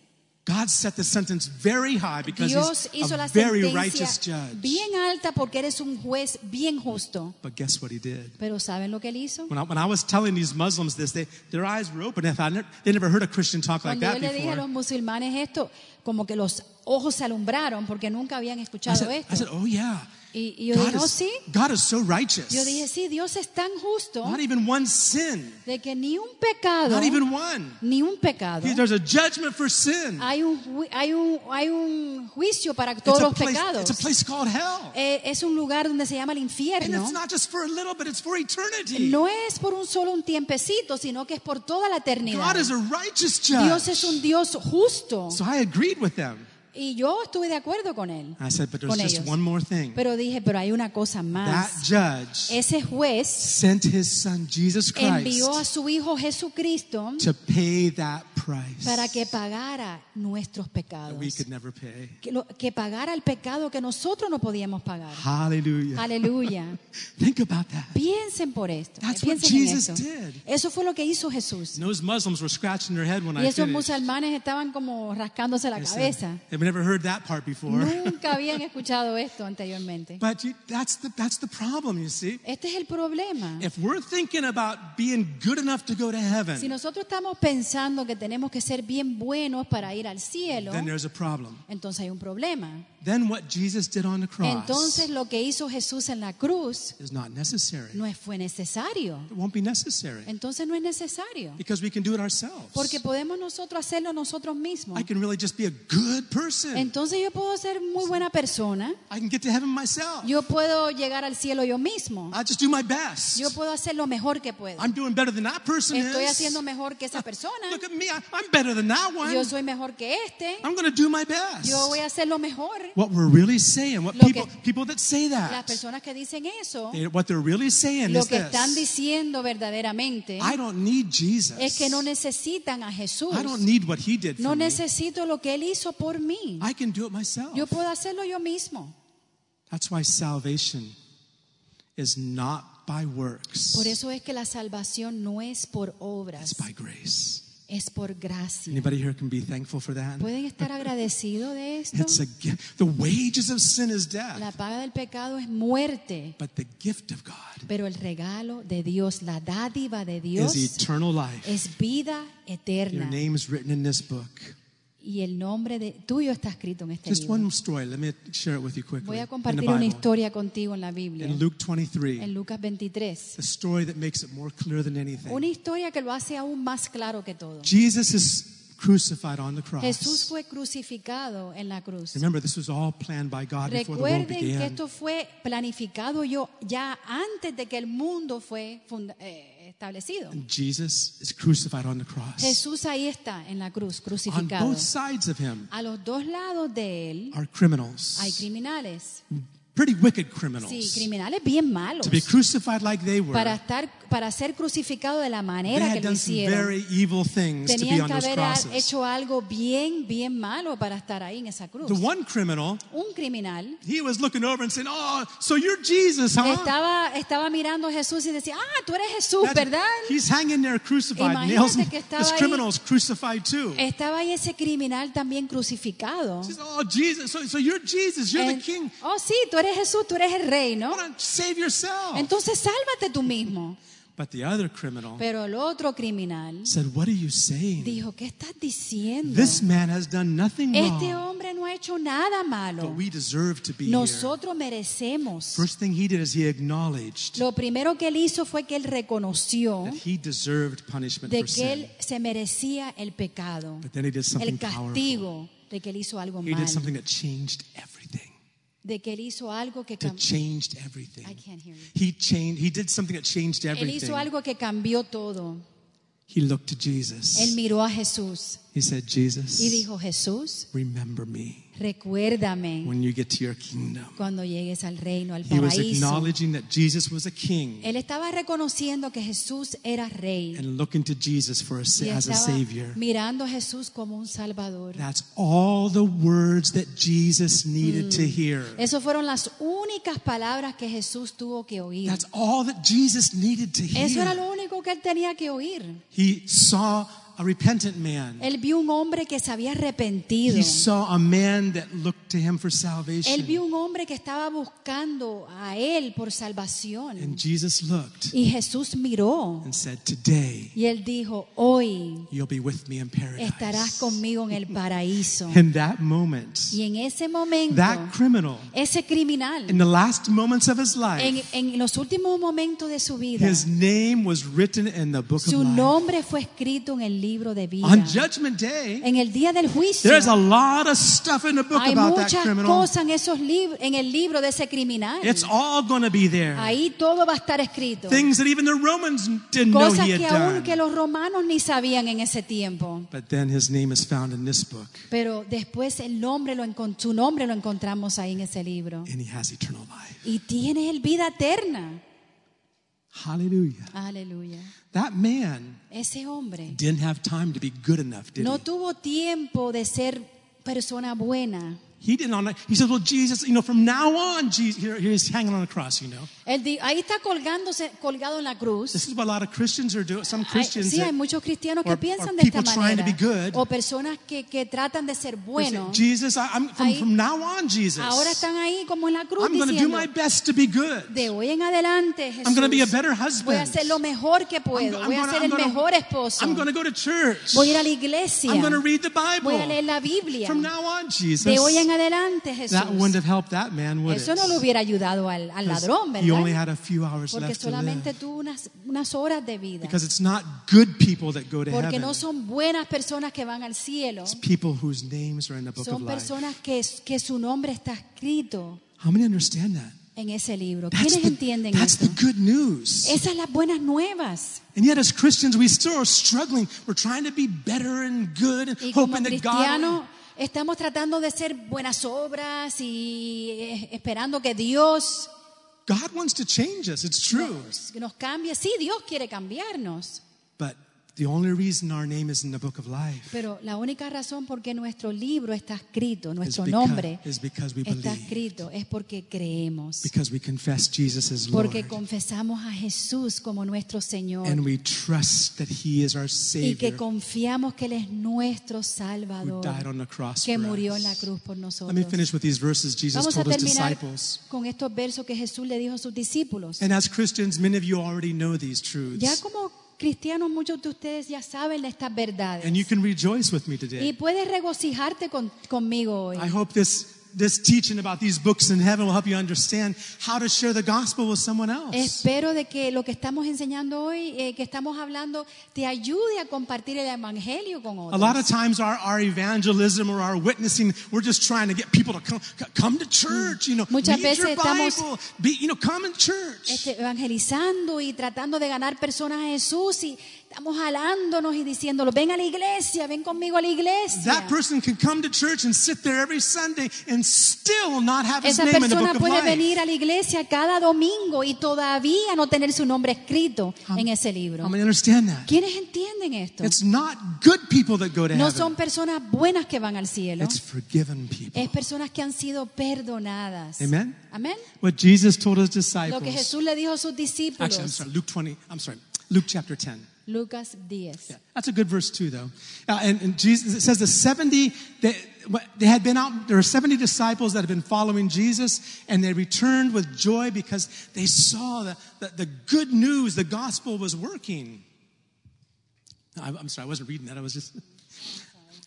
God set the sentence very high because
Dios
he's
hizo
a
la
very righteous
sentencia
judge.
bien alta porque eres un juez bien justo.
But guess what he did?
Pero ¿saben lo que él hizo?
When I, when I was telling these Muslims this, they, their eyes were open. I thought, "Ne- they never heard a Christian talk like
Cuando yo
that
le dije a
before.
los musulmanes esto, como que los ojos se alumbraron porque nunca habían
I
escuchado
said, I
esto.
said, oh yeah,
y, y yo
God
dije, "Oh,
is,
sí.
God is so righteous.
Yo dije, sí, Dios es tan justo
Not even one sin.
de que ni un pecado,
Not even one.
ni un pecado,
He- There's a judgment for sin.
hay un, ju- hay un, hay un juicio para
It's
todos
a,
los
place,
pecados.
it's a place called hell.
Eh, es un lugar donde se llama el
And
infierno.
it's not just for a little bit, it's for eternity.
No es por un solo un tiempecito, sino que es por toda la eternidad.
God is a righteous
Dios
judge.
es un Dios justo.
So I agreed with them.
Y yo estuve de acuerdo con él.
I said, but there's
Con
just
ellos.
one more thing.
Pero dije, pero hay una cosa
that
más.
judge
Ese juez
sent his son Jesus
envió a
Christ
su hijo Jesucristo
to pay that price
para que pagara nuestros
that we
pecados.
could never pay.
Que, lo- que pagara el pecado que nosotros no podíamos pagar.
Hallelujah.
Aleluya.
Think about that.
Piensen por esto.
That's what
Piensen en
Jesus
esto.
did.
Eso fue lo que hizo Jesús.
And those Muslims were scratching their head when
Y
I
esos
finished.
musulmanes estaban como rascándose la
They
cabeza.
said, They've never heard that part before.
Nunca habían escuchado esto anteriormente.
But you, that's, the, that's the problem, you see.
Este es el problema.
If we're thinking about being good enough to go to heaven,
Si nosotros estamos pensando que tenemos que ser bien buenos para ir al cielo,
then there's a problem.
entonces hay un problema.
Then what Jesus did on the cross
Entonces lo que hizo Jesús en la cruz
is not necessary.
no es- fue necesario.
It won't be necessary
Entonces no es necesario.
because we can do it ourselves.
Porque podemos nosotros hacerlo nosotros mismos.
I can really just be a good person.
Entonces yo puedo ser muy buena persona.
I can get to heaven myself.
Yo puedo llegar al cielo yo mismo.
I'll just do my best.
Yo puedo hacer lo mejor que puedo.
I'm doing better than that person
Estoy
is.
haciendo mejor que esa persona.
Look at me. I, I'm better than that one.
Yo soy mejor que este.
I'm going to do my best.
Yo voy a hacer lo mejor.
What we're really saying, what
Lo que-
people people that say
Las
that,
personas que dicen eso,
they- what they're really saying
lo
is
que
this:
están diciendo verdaderamente
I don't need Jesus.
¿Eh? es que no necesitan a Jesús.
I don't need what He did for
No
me.
necesito lo que Él hizo por mí.
I can do it myself.
Yo puedo hacerlo yo mismo.
That's why salvation is not by works.
Por eso es que la salvación no es por
It's
obras,
by grace.
es por gracia.
Anybody here can be thankful for that.
¿Pueden estar agradecidos de esto?
It's a gift. The wages of sin is death,
La paga del pecado es muerte,
but the gift of God
pero el regalo de Dios, la dádiva de Dios,
is eternal life.
es vida
Your
eterna.
name's written in this book.
Y el nombre de tuyo está escrito en este
Just
libro.
one story. Let me share it with you quickly.
Voy a
in the
compartir una
Bible.
historia contigo en la Biblia,
In Luke 23,
en Lucas 23.
the story that makes it more clear than
Una
anything.
historia que lo hace aún más claro que todo.
Jesus is crucified on the
Jesús
cross.
fue crucificado en la cruz.
Remember, this was all planned by God before the world
Recuerden que
began.
esto fue planificado yo ya antes de que el mundo fue funda- eh, establecido.
Jesus is crucified on the cross.
Jesús ahí está en la cruz,
On
crucificado.
both sides of him
A los dos lados de él
are
hay
criminals,
criminales.
pretty wicked
Sí,
criminals.
criminales bien malos.
To be crucified like they were,
Para estar, para ser crucificado de la
they
manera que
had
lo
done some
hicieron.
very evil things to be
Tenían
on
que
those
haber
crosses.
hecho algo bien, bien malo para estar ahí en esa cruz.
The one criminal,
Un criminal
he was looking over and saying, "Oh, so you're Jesus, huh?"
estaba, estaba mirando a Jesús y decía, ah, tú eres Jesús,
Imagine-
¿verdad?
He's hanging there crucified.
Imagínate
Nails,
que estaba
this
ahí.
criminal's crucified too.
Estaba ahí ese criminal también crucificado.
He says, "Oh, Jesus, so, so you're Jesus, you're
En-
the King.
oh, sí, tú eres Jesús, tú eres el rey, ¿no?
Why don't you save yourself?"
Entonces sálvate tú mismo.
but the other criminal
Pero el otro criminal
said, "What are you saying?
dijo, ¿qué estás diciendo?
This man has done nothing
Este
wrong,
hombre no ha hecho nada
but
malo.
we deserve to be here."
Nosotros merecemos.
First thing he did is he acknowledged
Lo primero que él hizo fue que él reconoció
that he deserved punishment
de
for
que
sin.
él se merecía el pecado,
But then he did something
el
powerful.
castigo de que él hizo algo
He
mal,
did something that changed everything.
de que él hizo algo que
That
cambió.
changed everything.
I can't hear you.
He changed. He did something that changed
Él hizo
everything.
algo que cambió todo.
He looked to
Él
Jesus.
miró a Jesús
He said,
y
"Jesus,
dijo, Jesús,
remember me
recuérdame
when you get to your kingdom."
cuando llegues al reino, al
He was
paraíso.
acknowledging that Jesus was a king
Él estaba reconociendo que Jesús era rey
and looking to Jesus for a, sa-
y
as a
estaba
savior.
mirando a Jesús como un salvador.
That's all the words that Jesus needed
Mm.
to hear.
Esas fueron las únicas palabras que Jesús tuvo que oír.
That's all that Jesus needed to
Eso era
hear.
lo único que él tenía que oír.
He saw a repentant man.
Él vio un hombre que se había arrepentido.
He saw a man that looked to him for
Él vio
salvation.
un hombre que estaba buscando a él por salvación.
And Jesus looked
Y Jesús miró
and said, Today
y él dijo, hoy
you'll be with me in
estarás
paradise.
conmigo en el paraíso.
In that moment,
Y en ese momento,
that criminal,
ese
in
criminal,
the last moments of his life,
en, en los últimos momentos de su vida,
his name was written in the book of
su
life.
nombre fue escrito en el libro de vida.
On Judgment Day,
En el día del juicio,
there's a lot of stuff in the book
hay
about that
muchas
criminal.
cosas en, esos lib- en el libro de ese criminal.
It's all going to be there.
Ahí todo va a estar escrito.
Things that even the Romans didn't know
Cosas
he had
que aún que
done.
los romanos ni sabían en ese tiempo.
But then his name is found in this book,
Pero después el nombre lo encon- su nombre lo encontramos ahí en ese libro.
and he has eternal life.
Y tiene el vida eterna.
Hallelujah.
Aleluya.
That man
Ese hombre
didn't have time to be good enough, did
no
he?
tuvo tiempo de ser persona buena.
He didn't. On, he said, "Well, Jesus, you know, from now on, Jesus, here, here he's hanging on a cross. You know,
Él di- ahí está colgándose, colgado en la cruz.
this is what a lot of Christians are doing. Some
Hay-
Christians,
sí,
that-
hay muchos cristianos que
or-
piensan
or
de esta
people trying to
manera.
be good.
O personas que, que tratan de ser
they say,
buenos.
Jesus, I, am from,
Ahí-
from now on, Jesus,
Ahora están ahí como en la cruz
I'm going to do
diciendo,
my best to be good.
de hoy en adelante, Jesús,
I'm going to be a better husband.
voy a hacer lo mejor que
I'm,
puedo.
go-
Voy a
I'm
ser el
gonna- I'm
mejor
gonna-
esposo.
I'm going to go to church.
Voy a ir a la iglesia.
I'm going to read the Bible.
Voy a leer la Biblia.
From now on, Jesus,
De hoy en en adelante, Jesús.
That wouldn't have helped that man, would
Eso no le
it?
hubiera ayudado al, al ladrón,
he only had
¿verdad?
a few hours
Porque
left to live.
solamente tuvo unas, unas horas de vida.
Because it's not good people that go to
Porque
heaven.
no son buenas personas que van al cielo.
It's people whose names are in the book of
Son
life.
personas que, que su nombre está escrito
How many understand that?
en ese libro.
That's,
¿Quiénes
the,
entienden
that's
esto?
the good news.
Esas las buenas nuevas.
and yet, as Christians, we still are struggling. We're trying to be better and good,
Y como
hoping that God.
cristianos estamos tratando de hacer buenas obras y eh, esperando que Dios
God wants to change us. It's true.
nos, nos cambie. Sí, Dios quiere cambiarnos.
But the only reason our name is in the book of life
Pero la única razón por qué nuestro libro está escrito,
is,
nuestro
becau-
nombre
is because we
está
believe,
escrito, es porque creemos.
because we confess Jesus as Lord,
Porque confesamos a Jesús como nuestro
and
Señor
we trust that He is our
y
Savior
que confiamos que Él es nuestro
who died
Salvador,
on the cross
que
for
murió
us.
en la cruz por
Let me
nosotros.
finish with these verses Jesus
Vamos a
told his
terminar
disciples.
con estos versos que Jesús le dijo a sus discípulos.
And as Christians, many of you already know these truths.
Ya como cristianos, muchos de ustedes ya saben estas
And you
verdades.
can rejoice with me
Y
today.
puedes regocijarte con- conmigo hoy.
I hope this, this teaching about these books in heaven will help you understand how to share the gospel with someone else.
Espero de que lo que estamos enseñando hoy, eh, que estamos hablando, te ayude a compartir el evangelio con
A lot of
otros.
times, our, our evangelism or our witnessing, we're just trying to get people to come, c- come to church, you know,
Muchas
read your
veces estamos-
Bible, be, you know, come in church.
Este, evangelizando y tratando de ganar personas a Jesús y estamos jalándonos y diciéndolo, ven a la iglesia, ven conmigo a la iglesia.
That person can come to church and sit there every Sunday and still not have his
Esa
name in the
persona
book of
puede
life.
venir a la iglesia cada domingo y todavía no tener su nombre escrito en ese
How
libro.
many understand that?
¿Quiénes entienden esto?
It's not good people that go to
No
heaven.
son personas buenas que van al cielo.
It's forgiven people.
Es personas que han sido perdonadas.
Amen.
Amén.
What Jesus told his
Lo que
disciples.
Jesús le dijo a sus
Actually, I'm
discípulos.
sorry, Luke 20. I'm sorry, Luke chapter 10.
Lucas 10.
Yeah, that's a good verse too, though. Uh, and, and Jesus it says the 70 they, what- they had been out. There were 70 disciples that had been following Jesus, and they returned with joy because they saw that the, the good news, the gospel, was working. No, I, I'm sorry, I wasn't reading that. I was just.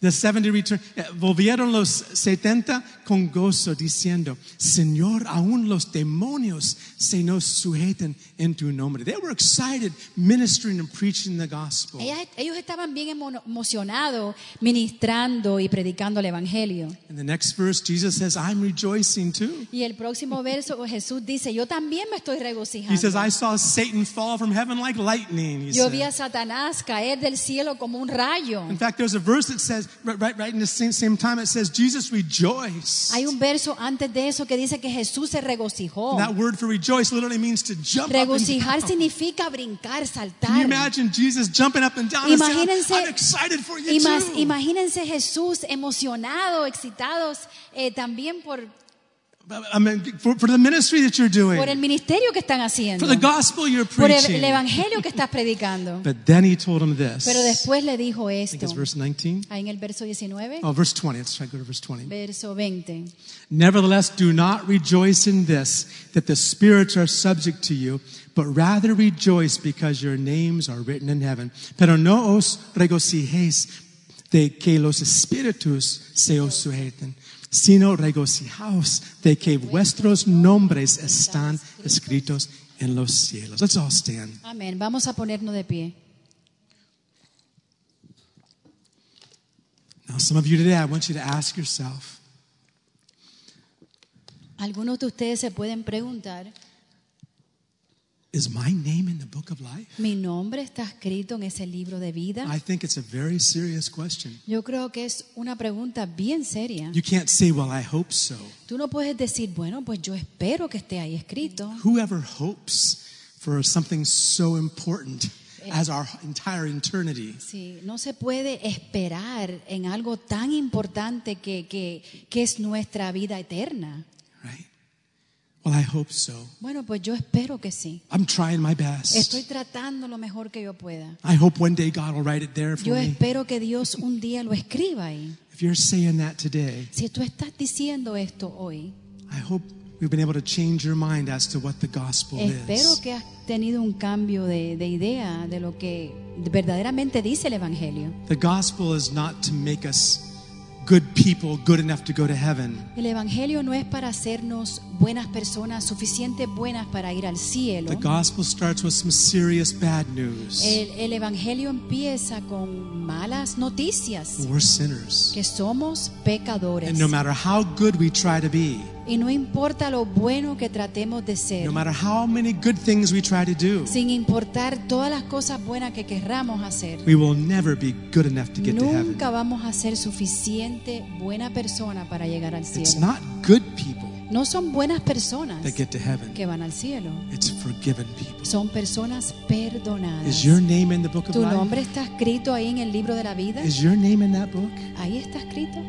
The 70 return, eh, volvieron los 70 con gozo diciendo, Señor, aún los demonios se nos sujeten en tu nombre. They were excited ministering and preaching the gospel.
Ellas- ellos estaban bien emo- emocionados ministrando y predicando el Evangelio.
In the next verse, Jesus says, I'm rejoicing too.
Y el próximo verso pues, Jesús dice, yo también me estoy
He says, I
regocijando.
saw Satan fall from heaven like lightning. He
Yo vi a
said.
Satanás caer del cielo como un rayo.
In fact, there's a verse that says, right, right, right in the same, same time, it says, Jesus rejoiced.
Hay un verso antes de eso que dice que Jesús se regocijó.
And that word for rejoice literally means to jump up and
Regocijar
down.
significa brincar,
Can you
saltar.
imagine Jesus jumping up and down and saying,
Imagínense-
I'm excited for you
Ima-
too.
imagínense Jesús emocionado, excitados eh, también por,
I mean, for, for the ministry that you're doing,
por el ministerio que están haciendo,
for the gospel you're
por el,
preaching.
el evangelio que estás predicando.
But then he told him this.
Pero después le dijo
I think
esto,
it's verse 19.
ahí en el verso 19,
Oh, verse 20. Let's try to go to verse 20.
verso 20.
Nevertheless, do not rejoice in this, that the spirits are subject to you, but rather rejoice because your names are written in heaven. Pero no os regocijéis de que los espíritus se os sujeten, sino regocijaos de que vuestros nombres están escritos en los cielos. Let's all stand.
Amén. Vamos a ponernos de pie.
Now, some of you today, I want you to ask yourself,
Algunos de ustedes se pueden preguntar,
is my name in the book of life?
¿mi nombre está escrito en ese libro de vida?
I think it's a very serious question.
Yo creo que es una pregunta bien seria.
You can't say, well, I hope so.
Tú no puedes decir, bueno, pues yo espero que esté ahí escrito.
Whoever hopes for something so important as our entire eternity,
Sí, no se puede esperar en algo tan importante que, que, que es nuestra vida eterna.
right? Well, I hope so.
Bueno, pues yo espero que sí.
I'm trying my best.
Estoy tratando lo mejor que yo pueda.
I hope one day God will write it there for
Yo
me.
espero que Dios un día lo escriba ahí.
If you're saying that today,
Si tú estás diciendo esto hoy,
I hope we've been able to change your mind as to what the gospel
espero
is.
que has tenido un cambio de, de idea de lo que verdaderamente dice el Evangelio.
The gospel is not to make us good people good enough to go to heaven.
El Evangelio no es para hacernos buenas personas, suficientes buenas para ir al cielo.
The gospel starts with some serious bad news.
El, el Evangelio empieza con malas noticias,
We're sinners.
que somos
And
pecadores.
no matter how good we try to be,
Y no importa lo bueno que tratemos de ser,
no matter how many good things we try to do,
sin importar todas las cosas buenas que querramos hacer,
we will never be good enough to get to heaven.
nunca vamos a ser suficiente buena persona para llegar al
It's
cielo.
not good people
No son buenas personas
that get to heaven.
que van al cielo,
It's forgiven people.
son personas
Is
perdonadas.
your name in the book of
Tu
life?
nombre está escrito ahí en el libro de la vida.
Is your name in that book?
Ahí está escrito.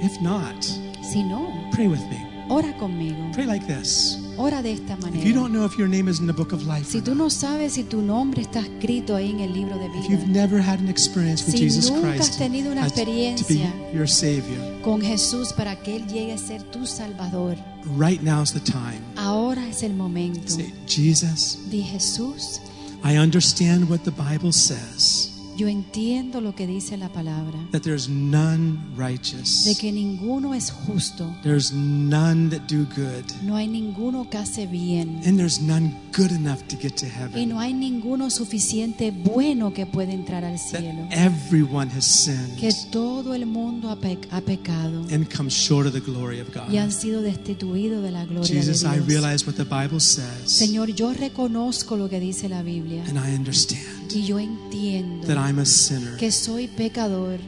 If not,
Si no,
pray with me.
ora conmigo.
Pray like this.
Ora de esta
If you
manera.
don't know if your name is in the book of life,
Si
or
tú
not,
no sabes si tu nombre está escrito ahí en el libro de
if you've
vida
never had an experience with
Si
Jesus
nunca has
Christ
tenido una
as- to be
experiencia.
your Savior,
con Jesús para que Él llegue a ser tu Salvador,
right now's the time.
ahora es el momento.
Say, Jesus,
Di Jesús,
I understand what the Bible says
yo entiendo lo que dice la palabra,
that there's none
de
righteous,
que ninguno es justo,
there's none that do good,
no hay ninguno que hace bien
and there's none good enough to get to
y
heaven.
no hay ninguno suficiente bueno que pueda entrar al cielo.
That everyone has
que
sinned
todo el mundo ha, pe- ha pecado
and come short of the glory of
y han
God.
sido destituidos de la gloria
Jesus, I
de Dios.
realize what the Bible says,
Señor, yo reconozco lo que dice la Biblia
and I understand
y yo entiendo
that I'm a sinner,
que soy pecador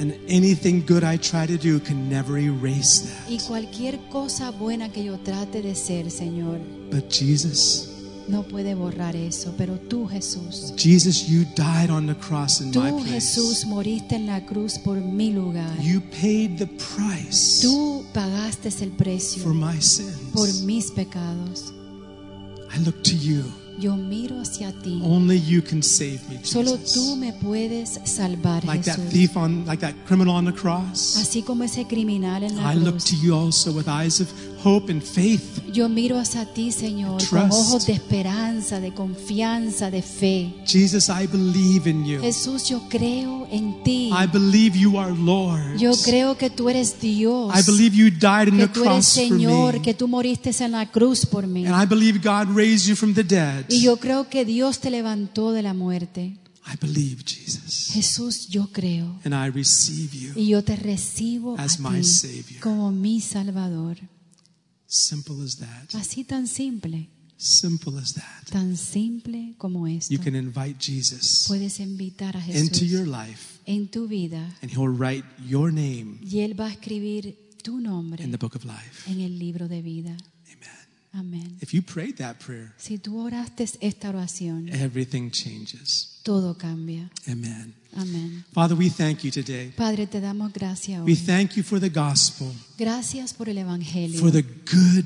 and anything good I try to do can never erase
y
that.
cualquier cosa buena que yo trate de ser, Señor,
But Jesus,
no puede borrar eso, pero tú, Jesús,
Jesus, you died on the cross in my
tú, Jesús,
place.
moriste en la cruz por mi lugar.
You paid the price.
Tú pagaste el precio
for my
por
sins.
mis pecados.
I look to you.
Yo miro hacia ti.
Only you can save me,
Solo tú
Oh, Jesus.
me puedes salvar,
Like that
Jesús.
thief on, like that criminal on the cross.
Así como ese criminal en la
I look to
cruz.
you also with eyes of hope and faith.
Yo miro hacia ti, Señor, con
Trust.
ojos de esperanza, de confianza, de fe.
Jesus, I believe in you.
Jesús, yo creo en ti.
I believe you are Lord.
Yo creo que tú eres Dios.
I believe you died on the
que tú eres
cross for me.
Señor, que tú moriste en la cruz por mí.
And I believe God raised you from the dead.
Y yo creo que Dios te levantó de la muerte.
I believe, Jesus.
Jesús, yo creo.
And I receive you.
Y yo te recibo a
As my
ti
Savior.
como mi Salvador.
Simple as that.
Así tan simple,
Simple as that.
tan simple como esto.
You can invite Jesus
Puedes invitar a
into your
Jesús
life.
en tu vida
and he'll write your name
y Él va a escribir tu nombre
in the book of life.
en el libro de vida.
Amen.
Amén.
If you prayed that prayer,
Si tú oraste esta oración,
everything changes.
todo cambia.
Amen.
Amén.
Father, we thank you today.
Padre, te damos gracias
We
hoy.
thank you for the gospel,
Gracias por el Evangelio,
for the good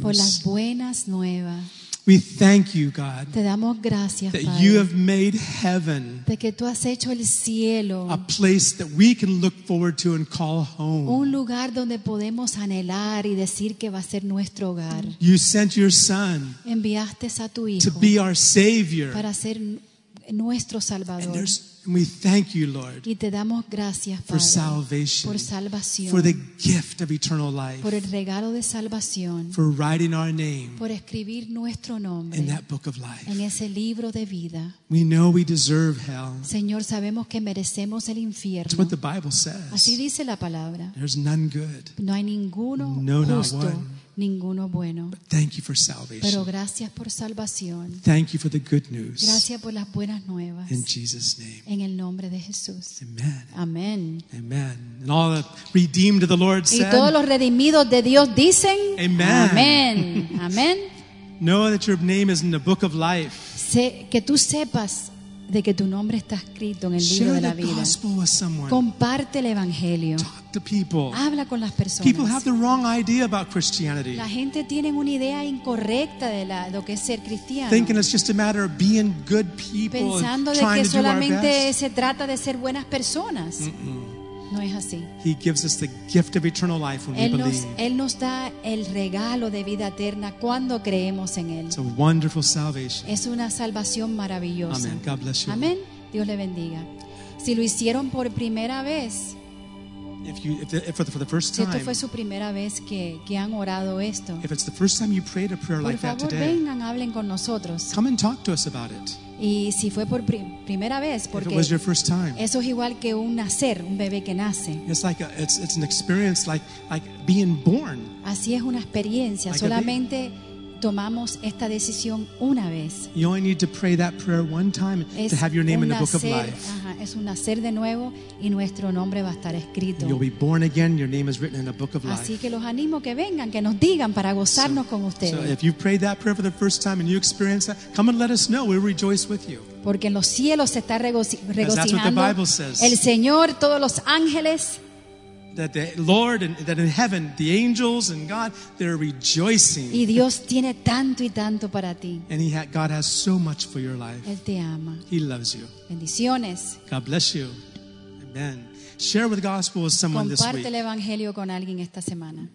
por las
news.
buenas nuevas.
We thank you, God,
Te damos gracias,
that you
Padre,
have made heaven
de que tú has hecho el
a
cielo
place that we can look forward to and call home.
un lugar donde podemos anhelar y decir que va a ser nuestro hogar.
You sent your son
Enviaste a tu
to
Hijo
be our savior.
para ser n- nuestro
And,
Salvador.
there's, and we thank you, Lord,
Y te damos gracias,
for
Padre,
salvation,
por salvación,
for the gift of eternal life.
por el regalo de salvación,
for writing our name
por escribir nuestro nombre
in that book of life.
en ese libro de vida.
We know we deserve hell.
Señor, sabemos que merecemos el
That's
infierno.
what the Bible
Así
says.
dice la palabra.
There's none good.
No hay ninguno
No, not
justo,
one.
ninguno bueno.
Thank you for
Pero
salvation.
gracias por salvación.
Thank you for the good news.
Gracias por las buenas nuevas.
In Jesus' name.
En el nombre de Jesús.
Amen.
Amén.
Amen. And all the redeemed of the Lord
Y todos
said,
los redimidos de Dios dicen,
Amen.
amén, amén.
Know that your name is in the book of life.
Sé- que tú sepas de que tu nombre está escrito en el libro
Share
de la
the
vida.
gospel with someone.
Comparte el evangelio.
Talk to people.
Habla con las
People have
personas.
the wrong idea about Christianity,
La gente tiene una idea incorrecta de la- lo que es ser cristiano.
thinking it's just a matter of being good people and
Pensando de
trying
que
to do our best.
solamente se trata de ser buenas personas.
No es así.
He gives us the gift of eternal life when we
Él nos,
believe.
él nos da el regalo de vida eterna cuando creemos en Él.
It's a wonderful salvation.
Es una salvación maravillosa.
Amen. God bless you.
Amén. Dios le bendiga. Si lo hicieron por primera vez,
If you, if, the, if for, the, for the first
Si esto
time,
fue su primera vez que, que han orado esto,
if it's the first time you prayed a prayer
por
like that
favor
today,
vengan, hablen con nosotros.
come and talk to us about it.
Y si fue por pri- primera vez,
If it
porque
was your first time,
eso es igual que un nacer, un bebé que nace.
it's like a, it's it's an experience like like being born.
Así es una experiencia,
Like a baby.
solamente tomamos esta decisión una vez.
You only need to pray that prayer one time
Es
to have your name
un
in the book of
nacer,
life.
ajá, es un nacer de nuevo y nuestro nombre va a estar escrito.
You'll be born again. Your name is written in the book of life.
Así que los animo que vengan, que nos digan para gozarnos con
So
ustedes.
if you prayed that prayer for the first time and you experienced that, come and let us know. We rejoice with you.
Porque en los cielos se está regoci-
that's what the
regocijando
Bible says.
el Señor, todos los ángeles,
That the Lord and that in heaven, the angels and God, they're rejoicing.
y Dios tiene tanto y tanto para ti.
And he ha- God has so much for your life.
Él te ama.
He loves you.
Bendiciones.
God bless you. Amen. Share with the gospel with someone this
Comparte el
week.
Evangelio con alguien esta semana.